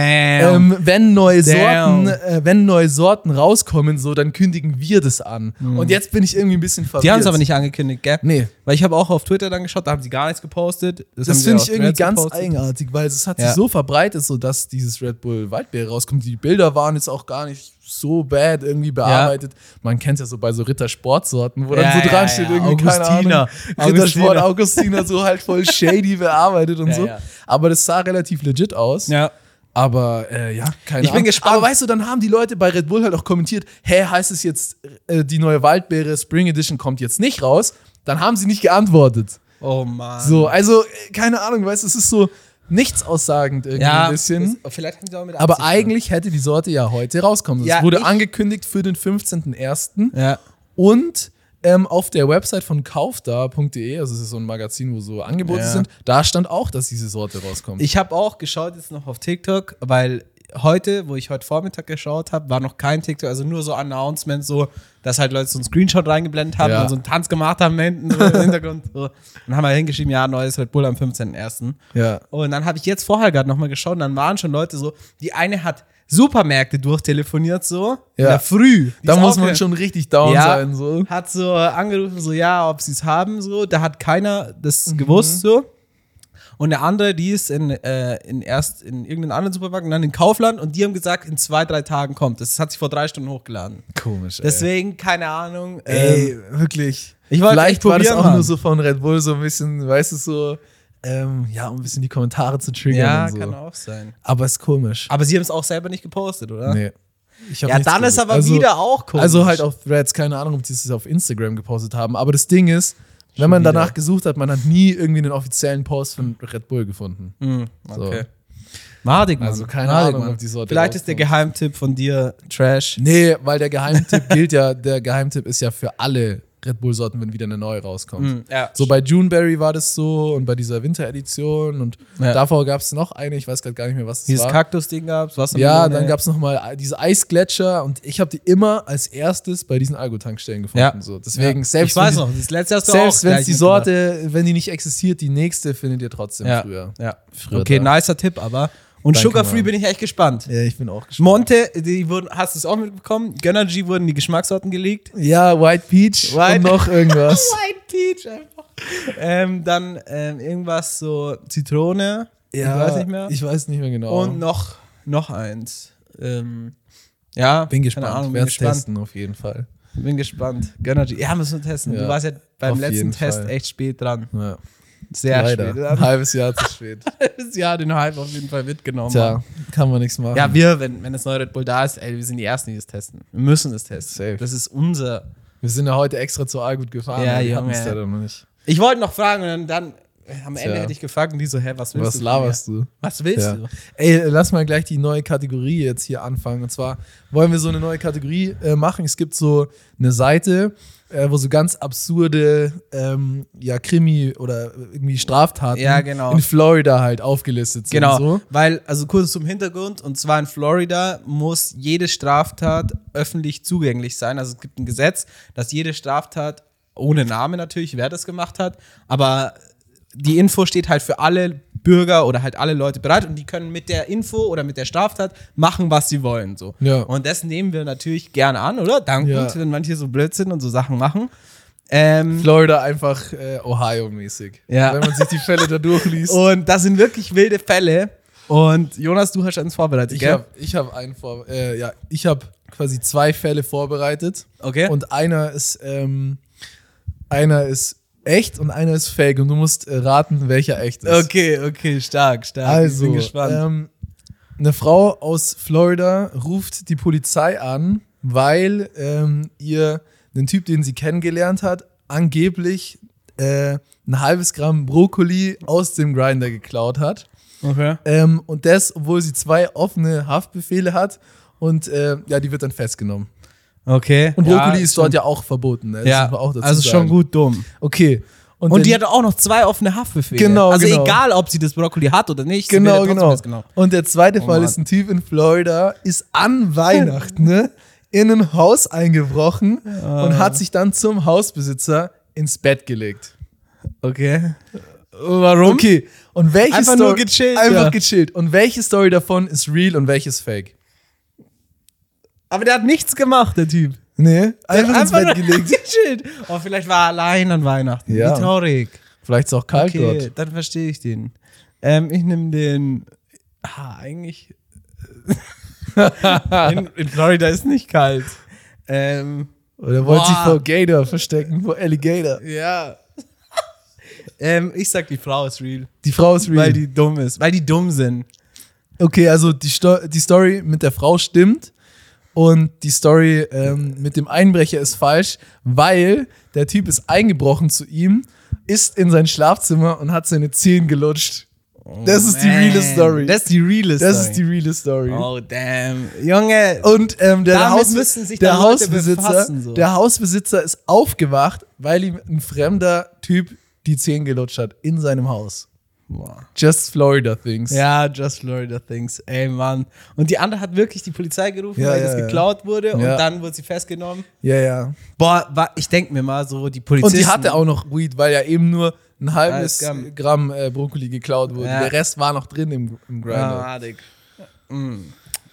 Ähm, wenn, neue Damn. Sorten, äh, wenn neue Sorten rauskommen, so, dann kündigen wir das an. Und jetzt bin ich irgendwie ein bisschen verwirrt. Mhm. die haben es aber nicht angekündigt, gell? Nee. Weil ich habe auch auf Twitter dann geschaut, da haben sie gar nichts gepostet. haben Das sie finde auf ich irgendwie Threads ganz gepostet. eigenartig, weil es hat Ja. sich so verbreitet, so dass dieses Red Bull Waldbeere rauskommt. Die Bilder waren jetzt auch gar nicht so bad irgendwie bearbeitet. Man kennt es ja so bei so Rittersportsorten, wo Ja, dann so ja, dran steht ja, irgendwie keine Augustiner. Ahnung. Rittersport Augustiner so halt voll shady bearbeitet und Ja, so. ja. Aber das sah relativ legit aus. Ja. Aber äh, ja, keine Ich bin Ahnung. gespannt. Aber weißt du, dann haben die Leute bei Red Bull halt auch kommentiert, hä, heißt es jetzt, äh, die neue Waldbeere Spring Edition kommt jetzt nicht raus? Dann haben sie nicht geantwortet. Oh Mann. So, also, äh, keine Ahnung, weißt du, es ist so nichts aussagend irgendwie ja, ein bisschen. das- vielleicht haben sie auch mit Aber Absicht eigentlich hätte die Sorte ja heute rauskommen. sollen. Ja, es wurde ich- angekündigt für den 15.01. gemacht. Ja. Und ähm, auf der Website von kaufda.de, also es ist so ein Magazin, wo so Angebote Ja. sind, da stand auch, dass diese Sorte rauskommt. Ich habe auch geschaut jetzt noch auf TikTok, weil heute, wo ich heute Vormittag geschaut habe, war noch kein TikTok, also nur so Announcements, so, dass halt Leute so einen Screenshot reingeblendet haben Ja. und so einen Tanz gemacht haben hinten so im Hintergrund. So. Und haben halt hingeschrieben, ja, neues Red Bull am 15.01. ja. Und dann habe ich jetzt vorher gerade nochmal geschaut und dann waren schon Leute so, die eine hat Supermärkte durchtelefoniert, so, in Ja. der Früh. Die Da ist muss man aufgegangen. schon richtig down Ja. sein. So. hat so angerufen, so ja, ob sie es haben, so. Da hat keiner das Mhm. gewusst, so. Und der andere, die ist in, äh, in erst in irgendeinem anderen Supermarkt und dann in Kaufland und die haben gesagt, in zwei, drei Tagen kommt. Das hat sich vor drei Stunden hochgeladen. Komisch. Deswegen, Deswegen, keine Ahnung. Äh. ey, ähm, wirklich. ich wollte Vielleicht echt war das probieren, auch Mann. nur so von Red Bull so ein bisschen, weißt du, so, ähm, ja, um ein bisschen die Kommentare zu triggern ja, und so. kann auch sein. genau. Aber ist komisch. Aber sie haben es auch selber nicht gepostet, oder? Nee. Ich hab ne? Ja, nichts dann ist gesehen. aber Also- wieder auch komisch. Also halt auf Threads, keine Ahnung, ob die es auf Instagram gepostet haben. Aber das Ding ist, wenn man wieder. danach gesucht hat, man hat nie irgendwie einen offiziellen Post von Red Bull gefunden. Hm, So. okay. Madig, Mann. Also keine Madig, Ahnung, Mann. ob die Sorte Vielleicht ist der rauskommt. Geheimtipp von dir Trash. Nee, weil der Geheimtipp gilt ja, der Geheimtipp ist ja für alle Red Bull-Sorten, wenn wieder eine neue rauskommt. Hm, ja. So bei Juneberry war das so und bei dieser Winteredition und Ja. davor gab es noch eine, ich weiß gerade gar nicht mehr, was das Dieses war. Kaktus-Ding gab's, was Ja, dann gab es nochmal äh, diese Eisgletscher und ich habe die immer als erstes bei diesen Algo-Tankstellen gefunden. Ja. So. Deswegen, Ja. selbst ich weiß wenn noch, das letzte hast du Selbst auch wenn gleich es die mitgemacht. Sorte, wenn die nicht existiert, die nächste findet ihr trotzdem ja. früher. Ja. Früher okay, da. nicer Tipp, aber. Und Danke, Sugar Free Mann. bin ich echt gespannt. Ja, ich bin auch gespannt. Monte, die wurden, hast du es auch mitbekommen? Gönnergy wurden die Geschmackssorten gelegt. Ja, White Peach White- und noch irgendwas. White Peach einfach. Ähm, dann ähm, irgendwas so Zitrone. Ich weiß nicht mehr. Ich weiß nicht mehr genau. Und noch, noch eins. Ähm, ja, bin Keine gespannt. Ahnung, bin Werd's gespannt. testen auf jeden Fall. Bin gespannt. Gönnergy. Ja, müssen wir testen. Ja, Du warst ja beim auf letzten jeden Test Fall. echt spät dran. Ja. Sehr Leider. spät. Ein halbes Jahr zu spät. ja, den Hype auf jeden Fall mitgenommen. Tja, Ähm. kann man nichts machen. Ja, wir, wenn, wenn das neue Red Bull da ist, ey, wir sind die Ersten, die das testen. Wir müssen es testen. Safe. Das ist unser. Wir sind ja heute extra zu Allgut gefahren. Ja, die Junge. hatten's leider noch nicht. Ich wollte noch fragen und dann, dann am Ende Tja. hätte ich gefragt und die so, hä, was willst Was du? laberst du? du? Was willst Ja. du? Ey, lass mal gleich die neue Kategorie jetzt hier anfangen. Und zwar wollen wir so eine neue Kategorie äh, machen. Es gibt so eine Seite, äh, wo so ganz absurde ähm, ja, Krimi oder irgendwie Straftaten Ja, genau. in Florida halt aufgelistet sind. Genau, So. weil, also kurz zum Hintergrund, und zwar in Florida muss jede Straftat öffentlich zugänglich sein. Also es gibt ein Gesetz, dass jede Straftat, ohne Name natürlich, wer das gemacht hat, aber die Info steht halt für alle Bürger oder halt alle Leute bereit und die können mit der Info oder mit der Straftat machen, was sie wollen. So. Ja. Und das nehmen wir natürlich gerne an, oder? Dankend, Ja. wenn manche so blöd sind und so Sachen machen. Ähm, Florida einfach äh, Ohio-mäßig. Ja. Wenn man sich die Fälle da durchliest. und das sind wirklich wilde Fälle. Und Jonas, du hast uns vorbereitet, Ich gell? habe ich hab einen vor, äh, ja, ich habe quasi zwei Fälle vorbereitet. Okay. Und einer ist, ähm, einer ist echt und einer ist fake und du musst äh, raten, welcher echt ist. Okay, okay, stark, stark. Also, ich bin gespannt. Ähm, eine Frau aus Florida ruft die Polizei an, weil ähm, ihr ein Typ, den sie kennengelernt hat, angeblich äh, ein halbes Gramm Brokkoli aus dem Grinder geklaut hat. okay. Ähm, und das, obwohl sie zwei offene Haftbefehle hat. Und äh, ja, die wird dann festgenommen. Okay. Und Brokkoli ist dort ja auch verboten. Ne? Das ja, muss man auch dazu also schon sagen. gut dumm. Okay. Und die dann- hat auch noch zwei offene Haftbefehle. Genau, Also genau. egal, ob sie das Brokkoli hat oder nicht. sie Genau, wird ja trotzdem genau. festgenommen. Und der zweite Oh Fall Mann. ist ein Typ in Florida, ist an Weihnachten ne, in ein Haus eingebrochen und hat sich dann zum Hausbesitzer ins Bett gelegt. Okay. Warum? Okay, und welche Einfach Story nur gechillt, Einfach ja. gechillt. Und welche Story davon ist real und welche ist fake? Aber der hat nichts gemacht, der Typ. Nee, Der einfach, hat ins Bett nur gelegt. gechillt. Oh, vielleicht war er allein an Weihnachten. Ja. Wie traurig. Vielleicht ist es auch kalt Okay, dort. dann verstehe ich den. Ähm, ich nehme den. Ah, eigentlich. äh, in, in Florida ist nicht kalt. Ähm, Oder wollte sich Boah. vor Gator verstecken, vor Alligator. ja. ähm, ich sag, die Frau ist real. Die Frau ist real. Weil die dumm ist. Weil die dumm sind. Okay, also die, Sto die Story mit der Frau stimmt und die Story ähm, mit dem Einbrecher ist falsch, weil der Typ ist eingebrochen zu ihm, ist in sein Schlafzimmer und hat seine Zehen gelutscht. das ist die Oh, Man, reale Story. Das ist die reale Das Story. ist die reale Story. Oh, damn. Junge. Oh. Und ähm, der, Damit Haus müssen sich der dann Leute Hausbesitzer, befassen, so. der Hausbesitzer ist aufgewacht, weil ihm ein fremder Typ die Zehen gelutscht hat in seinem Haus. Boah. Just Florida things. Ja, Just Florida Things. Ey, Mann. Und die andere hat wirklich die Polizei gerufen, Ja, weil ja, das ja. geklaut wurde. Und Ja. dann wurde sie festgenommen. ja. ja. Boah, wa- ich denke mir mal so, die Und Polizisten. die hatte auch noch Weed, weil ja eben nur ein halbes Halbes Gramm. Gramm, äh, Brokkoli geklaut wurde. Ja. Der Rest war noch drin im, im Grinder. Ah, Dick. Mm.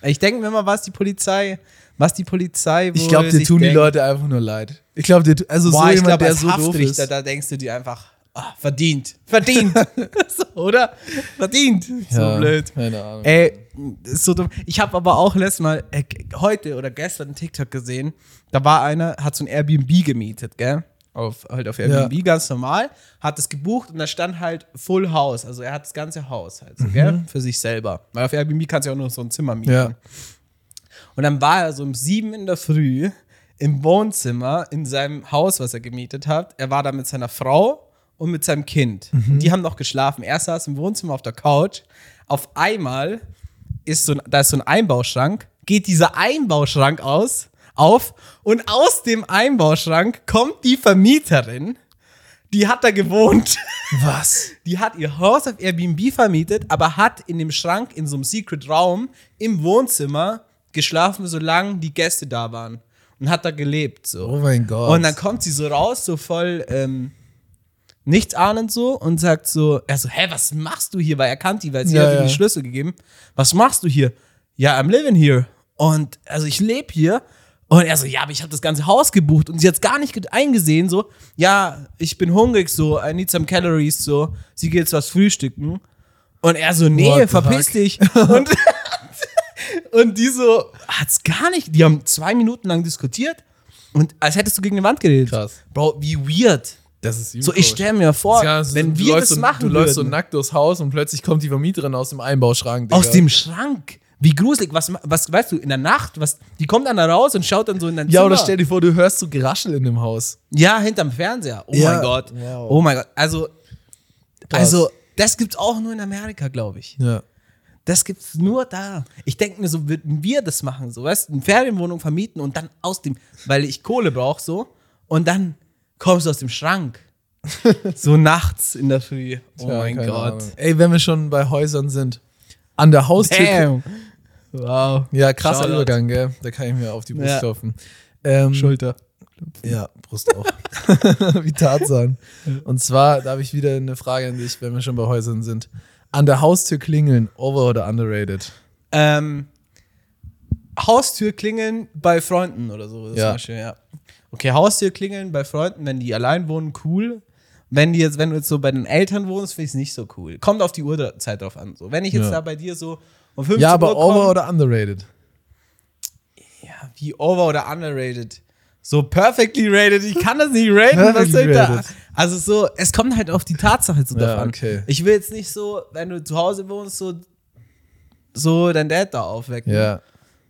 Ich denke mir mal, was die Polizei, was die Polizei ich wohl glaube, dir sich tun die denkt. Leute einfach nur leid. Ich glaube, dir, also Boah, so ich jemand, glaub, der als so doof ist. Haftrichter, da denkst du dir einfach, ah, verdient, verdient, so, oder? Verdient, so Ja, blöd. Keine Ahnung. Ey, das ist so dumm. Ich habe aber auch letztes Mal, äh, g- heute oder gestern einen TikTok gesehen, da war einer, hat so ein Airbnb gemietet, gell? Auf, halt auf Airbnb, ganz normal, hat es gebucht und da stand halt Full House, also er hat das ganze Haus halt so, gell? Für sich selber. Weil auf Airbnb kannst du ja auch nur so ein Zimmer mieten. Mhm. Ja. Und dann war er so um sieben in der Früh im Wohnzimmer in seinem Haus, was er gemietet hat. Er war da mit seiner Frau und mit seinem Kind. Und die haben noch geschlafen. Er saß im Wohnzimmer auf der Couch. Auf einmal ist so ein, da ist so ein Einbauschrank, geht dieser Einbauschrank aus, auf und aus dem Einbauschrank kommt die Vermieterin, die hat da gewohnt. Was? Die hat ihr Haus auf Airbnb vermietet, aber hat in dem Schrank in so einem Secret Raum im Wohnzimmer geschlafen, solange die Gäste da waren. Und hat da gelebt. So. Oh mein Gott. Und dann kommt sie so raus, so voll ähm, nichts ahnend so und sagt so, er so, hä, was machst du hier? Weil er kannte die, weil sie Ja, hat ihm ja. die Schlüssel gegeben. Was machst du hier? Ja, I'm living here. Und also ich lebe hier. Und er so, ja, aber ich habe das ganze Haus gebucht und sie hat es gar nicht ge- eingesehen, so, ja, ich bin hungrig, so, I need some calories, so, sie geht jetzt was frühstücken. Und er so, nee, What the verpiss fuck? dich. Und, und die so, hat's gar nicht, die haben zwei Minuten lang diskutiert und als hättest du gegen die Wand geredet. Krass. Bro, wie weird. Das ist übel So, ich komisch. stelle mir vor, Ja, es ist- wenn du wir läufst das so, machen Du würden, läufst so nackt durchs Haus und plötzlich kommt die Vermieterin aus dem Einbauschrank. Digga. aus dem Schrank. Wie gruselig, was, ma- was weißt du, in der Nacht, was, die kommt dann da raus und schaut dann so in dein Ja, Zimmer. oder stell dir vor, du hörst so Geraschel in dem Haus. Ja, hinterm Fernseher. Oh Ja. mein Gott. Wow. Oh mein Gott. Also, Krass. also das gibt's auch nur in Amerika, glaube ich. Ja. Das gibt's nur da. Ich denke mir so, würden wir das machen, so, weißt du, eine Ferienwohnung vermieten und dann aus dem, weil ich Kohle brauche, so, und dann kommst du aus dem Schrank. so nachts in der Früh. Oh Tja, mein keine Gott. Ahnung. Ey, wenn wir schon bei Häusern sind, an der Haustür. Damn. Wow. Ja, krasser Shoutout. Übergang, gell? Da kann ich mir auf die Brust Ja. klopfen. Ähm, Schulter. Ja, Brust auch. Wie Tarzan. Und zwar, da habe ich wieder eine Frage an dich, wenn wir schon bei Häusern sind. An der Haustür klingeln, over oder underrated? Ähm, Haustür klingeln bei Freunden oder so. Ja. Zum Beispiel, ja. Okay, Haustür klingeln bei Freunden, wenn die allein wohnen, cool. Wenn die jetzt, wenn du jetzt so bei den Eltern wohnst, finde ich es nicht so cool. Kommt auf die Uhrzeit drauf an. So, wenn ich jetzt Ja. da bei dir so um 15 Ja, aber Uhr komm, over oder underrated? ja, wie over oder underrated. So perfectly rated, ich kann das nicht raten. Was soll Perfectly ich da? rated. Also so, es kommt halt auf die Tatsache zu Ja, davon. okay. Ich will jetzt nicht so, wenn du zu Hause wohnst, so, so dein Dad da aufwecken. Ja.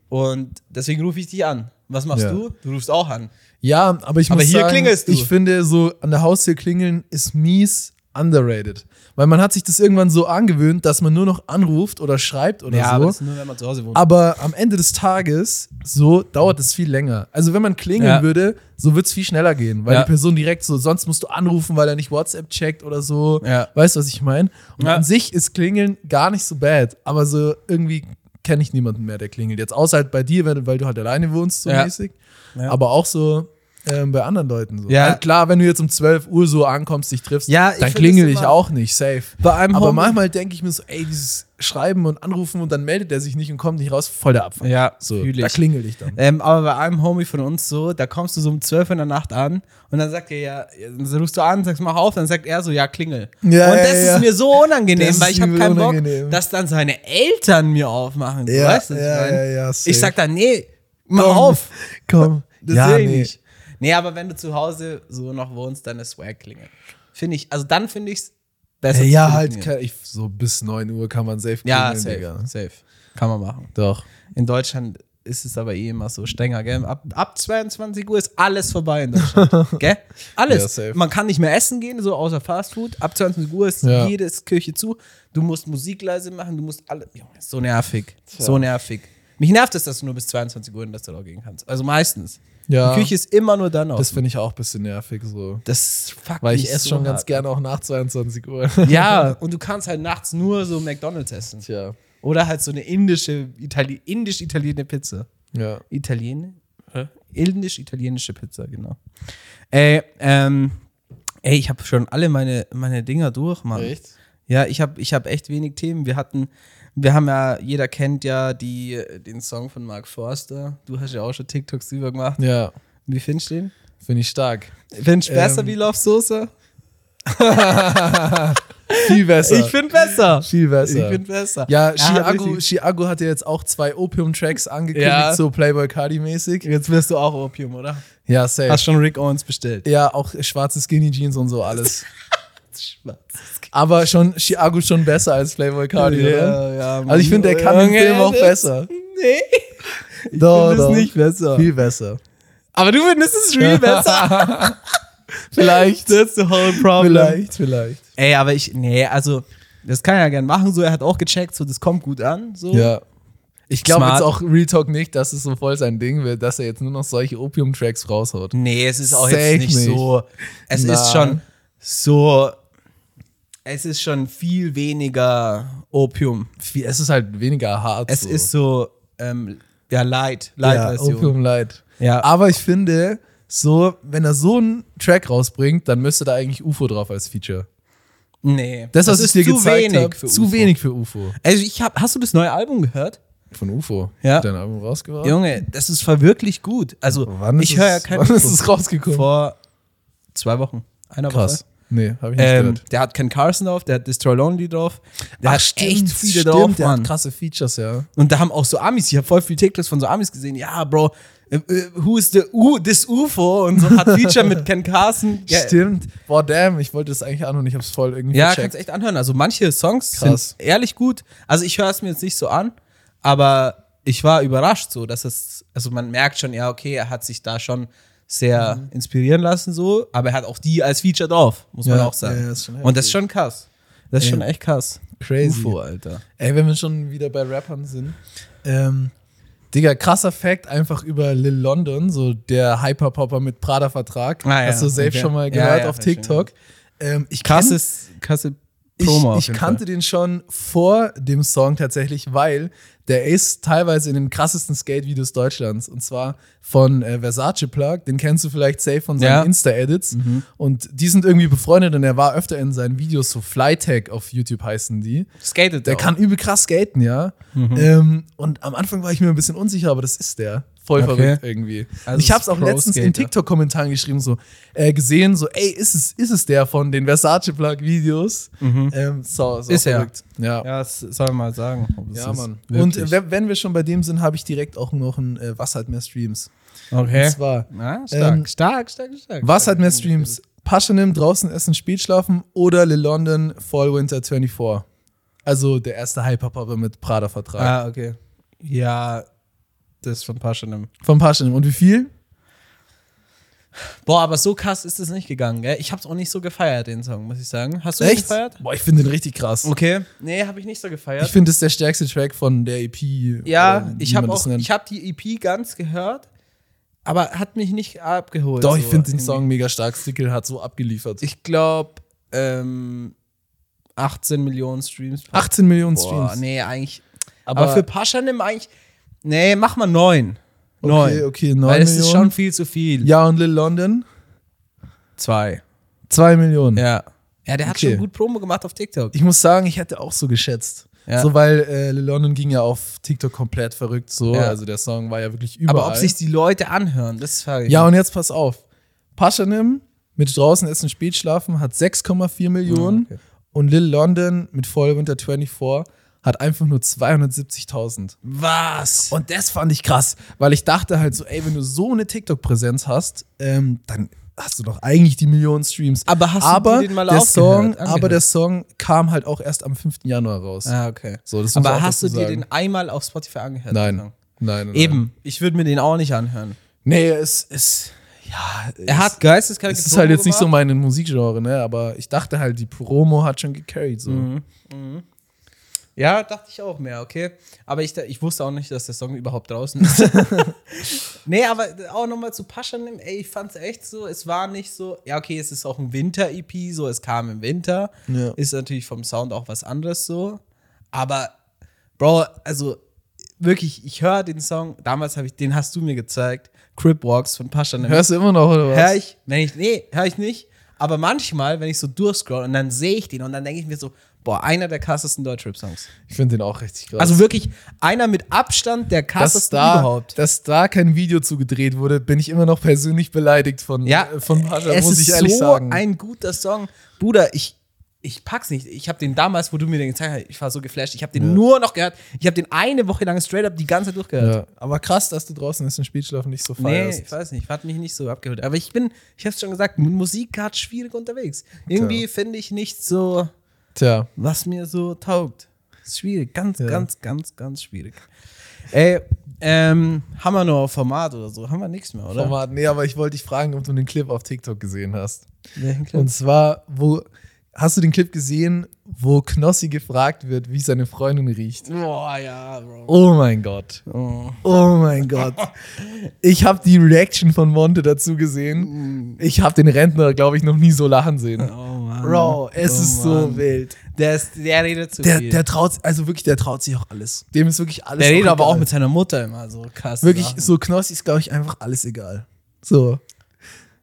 Und deswegen rufe ich dich an. Was machst Ja. du? Du rufst auch an. Ja, aber ich Aber muss hier sagen, klingelst du. ich finde so an der Haustür klingeln ist mies underrated, weil man hat sich das irgendwann so angewöhnt, dass man nur noch anruft oder schreibt oder ja, aber das so. ist nur, wenn man zu Hause wohnt. Aber am Ende des Tages so dauert es viel länger. Also wenn man klingeln Ja. würde, so wird's viel schneller gehen, weil Ja. die Person direkt so, sonst musst du anrufen, weil er nicht WhatsApp checkt oder so. Ja. Weißt du, was ich meine? Und Ja. an sich ist Klingeln gar nicht so bad, aber so irgendwie kenne ich niemanden mehr, der klingelt. Jetzt außer halt bei dir, wenn- weil du halt alleine wohnst, so Ja. mäßig. Ja. Aber auch so ähm, bei anderen Leuten so. Ja. Also klar, wenn du jetzt um 12 Uhr so ankommst, dich triffst, Ja, ich dann find klingel das ich immer- auch nicht, safe. Bei einem Aber Homie- manchmal denke ich mir so, ey, dieses Schreiben und Anrufen und dann meldet er sich nicht und kommt nicht raus, voll der Abfall. Ja, so, fühl da ich. klingel ich dann. Ähm, aber bei einem Homie von uns so, da kommst du so um 12 in der Nacht an und dann sagt er ja, dann rufst du an, sagst, mach auf, dann sagt er so, ja, klingel. Ja, und ja, das ja. ist mir so unangenehm, Das weil ist ich habe übel keinen unangenehm. Bock, dass dann seine Eltern mir aufmachen. Du Ja, weißt was ja, ich meine? ja, ja, safe. ich sag dann, nee, mach Komm. auf. Komm, Das ja, will ich nee. Äh, nicht. Nee, aber wenn du zu Hause so noch wohnst, dann ist Swag klingeln. Finde ich, also dann finde ich es besser. Ey, zu ja, halt, telefonieren. kann ich, so bis 9 Uhr kann man safe klingeln, Ja, safe, Digga. safe. Kann man machen. Doch. In Deutschland ist es aber eh immer so strenger, gell? Ab, ab 22 Uhr ist alles vorbei in Deutschland, gell? Ja, Alles. safe. Man kann nicht mehr essen gehen, so außer Fast Food. Ab 22 Uhr ist Ja. jedes Kirche zu. Du musst Musik leise machen, du musst alle. Junge, so nervig. So nervig. Mich nervt es, dass du nur bis 22 Uhr in das Restaurant gehen kannst. Also meistens. Ja. Die Küche ist immer nur dann Das auf. finde ich auch ein bisschen nervig, so. Das fuck Weil ich mich esse so schon ganz hart. gerne auch nach 22 Uhr. Ja, und du kannst halt nachts nur so McDonalds essen. Tja. Oder halt so eine indische, Itali indisch-italienische Pizza. Ja. Italien? Indisch-italienische Pizza, genau. Ey, ähm, ey ich habe schon alle meine, meine Dinger durch, Mann. Echt? Ja, ich habe ich hab echt wenig Themen. Wir hatten, wir haben ja, jeder kennt ja die, den Song von Mark Forster. Du hast ja auch schon TikToks drüber gemacht. Ja, Wie findest du den? finde ich stark. Findest du besser Ähm, wie Love Sosa? Viel besser. Ich find besser. viel besser. Ich find besser. ja, Er hat Chiago, richtig- Chiago hat ja jetzt auch zwei Opium-Tracks angekündigt, Ja. so Playboy Cardi-mäßig. Jetzt wirst du auch Opium, oder? Ja, safe. Hast schon Rick Owens bestellt. Ja, auch schwarze Skinny Jeans und so alles. Schwarz. Aber schon Chiago schon besser als Playboy Cardi, oder? ja, Also ich finde, der kann den Film auch besser. Nee. Ich Doch, finde doch. es nicht besser. Viel besser. Aber du findest es real besser. Vielleicht. That's the whole problem. vielleicht, vielleicht. Ey, aber ich, nee, also, das kann er ja gern machen. So, er hat auch gecheckt, so, das kommt gut an. So. Ja. Ich glaube Smart. jetzt auch Real Talk nicht, dass es so voll sein Ding wird, dass er jetzt nur noch solche Opium-Tracks raushaut. Nee, es ist auch Safe jetzt nicht, nicht. so. Es Nein. ist schon so. Es ist schon viel weniger Opium. Wie- Es ist halt weniger hart. Es so. ist so, ähm, ja, Light. ja, Light-Version. Opium Light. Ja. Aber ich finde, so, wenn er so einen Track rausbringt, dann müsste da eigentlich UFO drauf als Feature. nee. Das, was ich dir zu gezeigt wenig habe, für zu UFO. wenig für UFO. Also ich hab, hast du das neue Album gehört? Von UFO. Ja. Dein Album rausgebracht? Junge, das ist ver- wirklich gut. Also Wann ist ich höre ja es- kein wann ist UFO. es rausgekommen? Vor zwei Wochen. Einer Krass. Woche. Nee, habe ich nicht Ähm, gehört. der hat Ken Carson drauf, der hat Destroy Lonely drauf. Der Ach, hat echt stimmt, viele stimmt, drauf, der Mann. hat krasse Features, ja. Und da haben auch so Amis, ich habe voll viele TikToks von so Amis gesehen, ja, Bro, äh, äh, who is the U, this UFO? Und so hat Feature mit Ken Carson. Ja, Stimmt. Boah, damn, ich wollte das eigentlich an und ich hab's voll irgendwie ja kannst gecheckt. echt anhören. Also manche Songs Krass. sind ehrlich gut. Also ich höre es mir jetzt nicht so an, aber ich war überrascht so, dass es, also man merkt schon, ja, okay, er hat sich da schon sehr Mhm. inspirieren lassen so, aber er hat auch die als Feature drauf, muss man Ja, auch sagen. ja, ja, ist schon Und das ist schon krass. Das ist Ey. schon echt krass. Crazy. UFO, Alter. Ey, wenn wir schon wieder bei Rappern sind. Ähm, Digga, krasser Fact einfach über Lil London, so der Hyperpopper mit Prada-Vertrag. Ah, ja, Hast du safe okay. schon mal Ja, gehört ja, auf hab ich schon TikTok. Ähm, ich kenn- Krasses, krasse Ich, Promo. auf ich jeden kannte Fall. den schon vor dem Song tatsächlich, weil der ist teilweise in den krassesten Skate-Videos Deutschlands. Und zwar von äh, Versace Plug, den kennst du vielleicht safe von seinen Ja. Mhm. Insta-Edits. Und die sind irgendwie befreundet und er war öfter in seinen Videos, so Flytag auf YouTube heißen die. skatet Der auch. kann übel krass skaten, ja. Mhm. Ähm, und am Anfang war ich mir ein bisschen unsicher, aber das ist der. Voll Okay. verrückt irgendwie. Also und ich hab's ist auch letztens in Pro-Skater. TikTok-Kommentaren geschrieben, so, äh, gesehen, so, ey, ist es, ist es der von den Versace-Plug-Videos? Ähm, so, so Mhm. Ist er. verrückt. Ja, ja, Ja, das soll man mal sagen. ob es ist Mann. Und wirklich- äh, wenn- wenn wir schon bei dem sind, habe ich direkt auch noch ein äh, Was hat mehr Streams. okay. Und zwar, Na, Ah, stark, ähm, stark, stark, stark. Was stark. hat mehr Streams? Paschanim, draußen essen, spät schlafen oder Le London Fall Winter 24? Also der erste Hyperpapa mit Prada-Vertrag. Ah, okay. Ja, das ist von Paschanim. Von Paschanim. Und wie viel? Boah, aber so krass ist es nicht gegangen, gell? Ich hab's auch nicht so gefeiert, den Song, muss ich sagen. Hast du ihn Echt? gefeiert? Boah, ich finde den richtig krass. Okay. Nee, hab ich nicht so gefeiert. Ich Äh, finde, das ist der stärkste Track von der E EP. ja, oder wie ich habe man das auch, nennt. ich habe die EP ganz gehört, aber hat mich nicht abgeholt. Doch, ich so finde den irgendwie. Song mega stark. Stickel hat so abgeliefert. Ich glaube, ähm, 18 Millionen Streams. 18 Millionen Boah, Streams. nee, eigentlich. Aber- Aber, für Paschanim eigentlich. Nee, mach mal neun. Neun. Okay, okay, 9 Weil es Millionen. ist schon viel zu viel. ja, und Lil London? Zwei. 2 Millionen. Ja. Ja, der hat Okay. schon gut Promo gemacht auf TikTok. Ich muss sagen, ich hätte auch so geschätzt. Ja. So, weil äh, Lil London ging ja auf TikTok komplett verrückt so. Ja. Also der Song war ja wirklich überall. Aber ob sich die Leute anhören, das frage ich. Ja, mich. und jetzt pass auf. Paschanim mit draußen essen, spät schlafen hat 6,4 Millionen Ah, okay. und Lil London mit Fall Winter 24 hat einfach nur 270.000. was? Und das fand ich krass, weil ich dachte halt so, ey, wenn du so eine TikTok-Präsenz hast, ähm, dann hast du doch eigentlich die Millionen Streams. Aber hast du aber dir den mal der aufgehört, Song, angehört? Aber der Song kam halt auch erst am 5. Januar raus. ah, okay. So, das muss man aber auch hast du dazu dir sagen. den einmal auf Spotify angehört? Nein. den Nein, Song? nein, nein. Eben. Ich würde mir den auch nicht anhören. Nee, es ist. Ja, Er hat geisteskrank. Es ist halt jetzt nicht so mein Musikgenre, ne? Aber ich dachte halt, die Promo hat schon gecarried. So. Mhm. Ja, dachte ich auch mehr, okay. Aber ich, ich wusste auch nicht, dass der Song überhaupt draußen ist. nee, aber auch nochmal zu Paschanim, ey, ich fand's echt so, es war nicht so, ja, okay, es ist auch ein Winter-EP, so, es kam im Winter. Ja. Ist natürlich vom Sound auch was anderes so. Aber, Bro, also wirklich, ich höre den Song, damals habe ich, den hast du mir gezeigt, Crip Walks von Paschanim. Hörst du immer noch, oder was? Hör ich, wenn ich, nee, hör ich nicht. Aber manchmal, wenn ich so durchscroll und dann sehe ich den und dann denke ich mir so, boah, einer der krassesten Deutschrap-Songs. Ich finde den auch richtig krass. Also wirklich einer mit Abstand der dass krassesten da, überhaupt. dass da kein Video zugedreht wurde, bin ich immer noch persönlich beleidigt von, Ja, äh, von Pascha, es muss ist ich ehrlich so sagen. ein guter Song. Bruder, ich, ich pack's nicht. Ich habe den damals, wo du mir den gezeigt hast, ich war so geflasht. Ich habe den nur noch gehört. Ich habe den eine Woche lang straight up die ganze Zeit durchgehört. ja. Aber krass, dass du draußen ist im Spielschlaf nicht so Nee, feierst. ich weiß nicht, hat mich nicht so abgeholt. Aber ich bin, ich hab's schon gesagt, mit Musik gerade schwierig unterwegs. Irgendwie finde ich nicht so. Tja, was mir so taugt. Ist schwierig, ganz, Ja. ganz, ganz, ganz schwierig. Ey, ähm, haben wir noch ein Format oder so? Haben wir nichts mehr, oder? Format. Nee, aber ich wollte dich fragen, ob du den Clip auf TikTok gesehen hast. Welchen Clip? Und zwar, wo hast du den Clip gesehen, wo Knossi gefragt wird, wie seine Freundin riecht? Boah, ja, Bro. Oh mein Gott. Oh. Oh mein Gott. Ich habe die Reaction von Monte dazu gesehen. Ich habe den Rentner, glaube ich, noch nie so lachen sehen. Mm. Oh Mann. Bro, es ist so wild. Der, ist, der redet zu Der, viel. der traut, also wirklich, der traut sich auch alles. Dem ist wirklich alles Der redet auch aber auch egal. mit seiner Mutter immer so krass. ne? Wirklich, Sachen. so Knossi ist, glaube ich, einfach alles egal. So,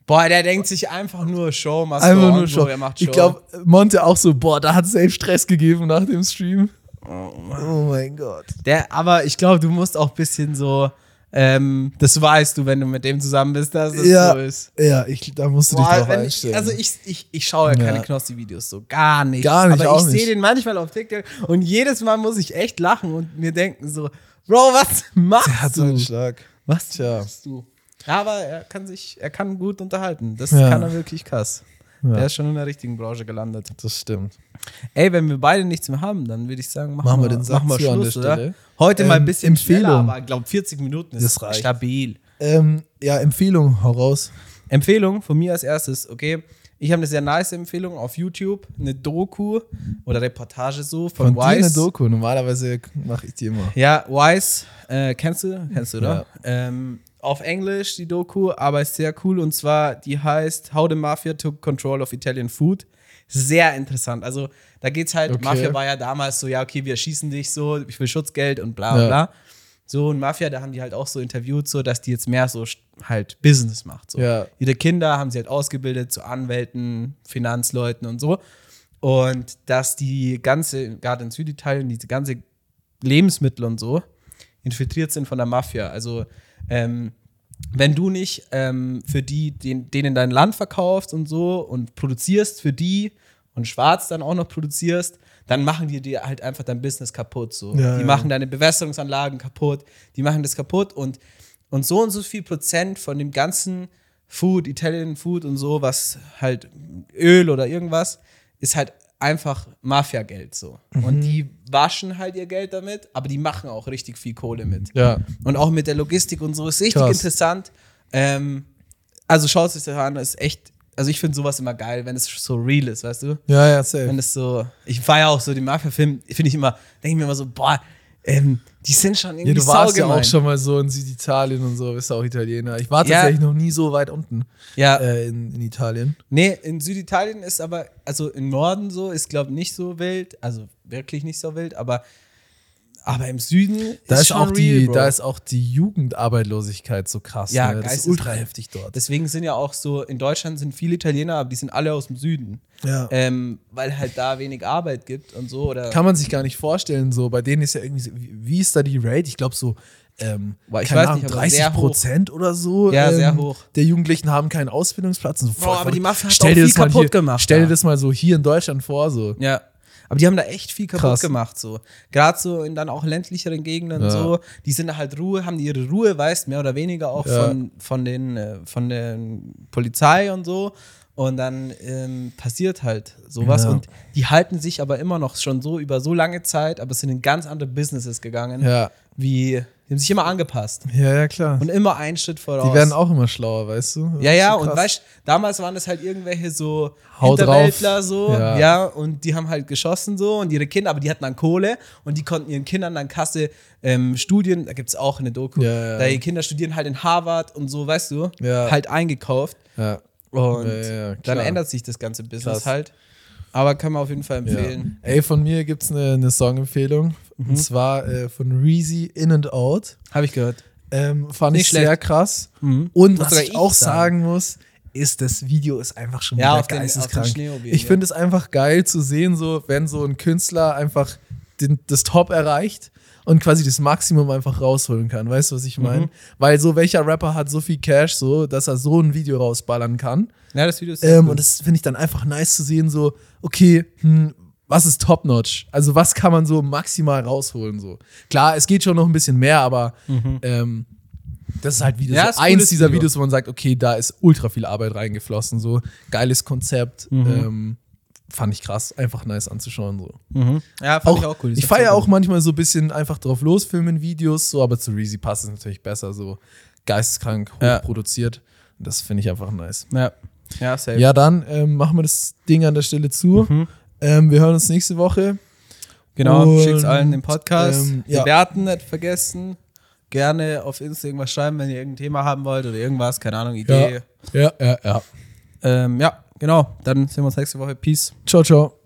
Boah, der denkt sich einfach nur Show, machst du einfach on, nur Bro, Show. Er macht Show. Ich glaube, Monte auch so, boah, da hat safe Stress gegeben nach dem Stream. Oh mein Gott. Der, aber ich glaube, du musst auch ein bisschen so Ähm, das weißt du, wenn du mit dem zusammen bist, dass es Ja. so ist. Ja, ich, da musst du dich Boah, drauf wenn ich, einstellen. also ich, ich, ich schaue ja keine Ja. Knossi-Videos so, gar nicht. Gar nicht, Aber auch ich sehe nicht. den manchmal auf TikTok und jedes Mal muss ich echt lachen und mir denken so, Bro, was machst er hat so du? einen Schlag. Was Tja. machst du? Ja, Aber er kann sich, er kann gut unterhalten. Das Ja. kann er wirklich krass. Der ist schon in der richtigen Branche gelandet. Das stimmt. Ey, wenn wir beide nichts mehr haben, dann würde ich sagen, machen, Machen wir wir den Sack machen wir zu an der Schluss, oder? Stelle. Heute mal ein Ähm, bisschen Empfehlung. schneller, Empfehlung. aber ich glaube 40 Minuten ist Das reicht. stabil. Ähm, ja, Empfehlung, hau raus. Empfehlung von mir als erstes, okay? Ich habe eine sehr nice Empfehlung auf YouTube, eine Doku oder Reportage so von, Von dir eine Wise. Doku. Normalerweise mache ich die immer. ja, Wise, äh, kennst du? Kennst du, Ja. oder? Ähm, auf Englisch die Doku, aber ist sehr cool und zwar, die heißt How the Mafia Took Control of Italian Food. Sehr interessant. Also, da geht's halt, Okay. Mafia war ja damals so, ja, okay, wir schießen dich so, ich will Schutzgeld und bla Ja. bla. So, und Mafia, da haben die halt auch so interviewt, so, dass die jetzt mehr so st- halt Business macht. So. Ja. Ihre Kinder haben sie halt ausgebildet zu Anwälten, Finanzleuten und so. Und dass die ganze, gerade in Süditalien, diese ganze Lebensmittel und so infiltriert sind von der Mafia. Also, ähm, wenn du nicht ähm, für die, den, denen dein Land verkaufst und so und produzierst für die und schwarz dann auch noch produzierst, dann machen die dir halt einfach dein Business kaputt. So. Ja, die ja. machen deine Bewässerungsanlagen kaputt, die machen das kaputt und, und so und so viel Prozent von dem ganzen Food, Italian Food und so, was halt Öl oder irgendwas, ist halt einfach Mafia-Geld so. Mhm. Und die waschen halt ihr Geld damit, aber die machen auch richtig viel Kohle mit. Ja. Und auch mit der Logistik und so ist richtig Krass. interessant. Ähm, also schaut sich das an, ist echt. Also ich finde sowas immer geil, wenn es so real ist, weißt du? Ja, ja, safe. Wenn es so. Ich feiere auch so die Mafia-Filme, finde ich immer, denke ich mir immer so, boah, ähm, die sind schon irgendwie Ja, du warst ja auch saugemein. schon mal so in Süditalien und so, bist ja auch Italiener. Ich war Ja. tatsächlich noch nie so weit unten Ja, äh, in, in Italien. nee, in Süditalien ist aber, also im Norden so, ist glaube nicht so wild, also wirklich nicht so wild, aber, aber im Süden Da ist, schon auch real, die, Bro. da ist auch die Jugendarbeitslosigkeit so krass. Ja, ne? Das ist geisteskrank. ultra heftig dort. Deswegen sind ja auch so, in Deutschland sind viele Italiener, aber die sind alle aus dem Süden. Ja. Ähm, weil halt da wenig Arbeit gibt und so. Oder Kann man sich gar nicht vorstellen, so bei denen ist ja irgendwie, so- wie wie ist da die Rate? Ich glaube so, ähm, Boah, ich keine weiß Ahnung, nicht, aber 30 sehr hoch. Prozent oder so. Ja, ähm, sehr hoch. Der Jugendlichen haben keinen Ausbildungsplatz. Und so, Bro, voll aber verrückt. die Mafia hat Stell auch dir das viel mal kaputt hier, gemacht Stell da. dir das mal so hier in Deutschland vor, so. ja. Aber die haben da echt viel kaputt Krass. gemacht, so. Gerade so in dann auch ländlicheren Gegenden Ja. so. Die sind halt Ruhe, haben ihre Ruhe, weißt, mehr oder weniger auch Ja. von, von, den, äh, von der Polizei und so. Und dann ähm, passiert halt sowas. Ja. Und die halten sich aber immer noch schon so über so lange Zeit, aber es sind in ganz andere Businesses gegangen. Ja. Wie, die haben sich immer angepasst. Ja, ja, klar. Und immer einen Schritt voraus. die werden auch immer schlauer, weißt du? Das Ja, ist ja, so und krass. weißt damals waren das halt irgendwelche so Hau drauf. Hinterwäldler so, ja. Ja. und die haben halt geschossen so und ihre Kinder, aber die hatten dann Kohle und die konnten ihren Kindern dann Kasse ähm, Studien, da gibt es auch eine Doku, Ja, ja. da die Kinder studieren halt in Harvard und so, weißt du, Ja. halt eingekauft ja. und Ja, ja, ja, dann klar. ändert sich das ganze Business Krass. halt, aber kann man auf jeden Fall Ja. empfehlen. Ey, von mir gibt es eine, eine Songempfehlung. Mhm. Und zwar äh, von Reezy In and Out. Habe ich gehört. Ähm, fand Nicht ich schlecht. sehr krass. Mhm. Und Muss was sogar ich ich auch sagen. sagen muss, ist, das Video ist einfach schon Ja, wieder auf den- auf den geisteskrank. Schneemobil, ich ja. finde es einfach geil zu sehen, so wenn so ein Künstler einfach den, das Top erreicht und quasi das Maximum einfach rausholen kann. Weißt du, was ich meine? Mhm. Weil so welcher Rapper hat so viel Cash, so dass er so ein Video rausballern kann. Ja, das Video ist sehr Ähm, cool. und das finde ich dann einfach nice zu sehen, so, okay, hm, was ist top-notch? Also, was kann man so maximal rausholen? So. Klar, es geht schon noch ein bisschen mehr, aber ähm, das ist halt wieder Mhm. Ja, ist so ein cooles eins dieser Video. Videos, wo man sagt, okay, da ist ultra viel Arbeit reingeflossen. So, geiles Konzept. Ähm, fand ich krass, einfach nice anzuschauen. So. mhm. Ja, fand Auch, ich auch cool. Das ich hat's feiere gut auch manchmal so ein bisschen einfach drauf los, filmen Videos, so, aber zu Reezy passt es natürlich besser, so geisteskrank, Ja. hochproduziert. Das finde ich einfach nice. gemacht. Ja, ja safe. Ja, dann ähm, machen wir das Ding an der Stelle zu. Ähm, wir hören uns nächste Woche. Genau, Und, schickt allen den Podcast. ähm, ja. Bewerten nicht vergessen. Gerne auf Insta irgendwas schreiben, wenn ihr irgendein Thema haben wollt oder irgendwas, keine Ahnung, Idee. Ja, ja, ja. Ja, ähm, ja genau. Dann sehen wir uns nächste Woche. Peace. Ciao, ciao.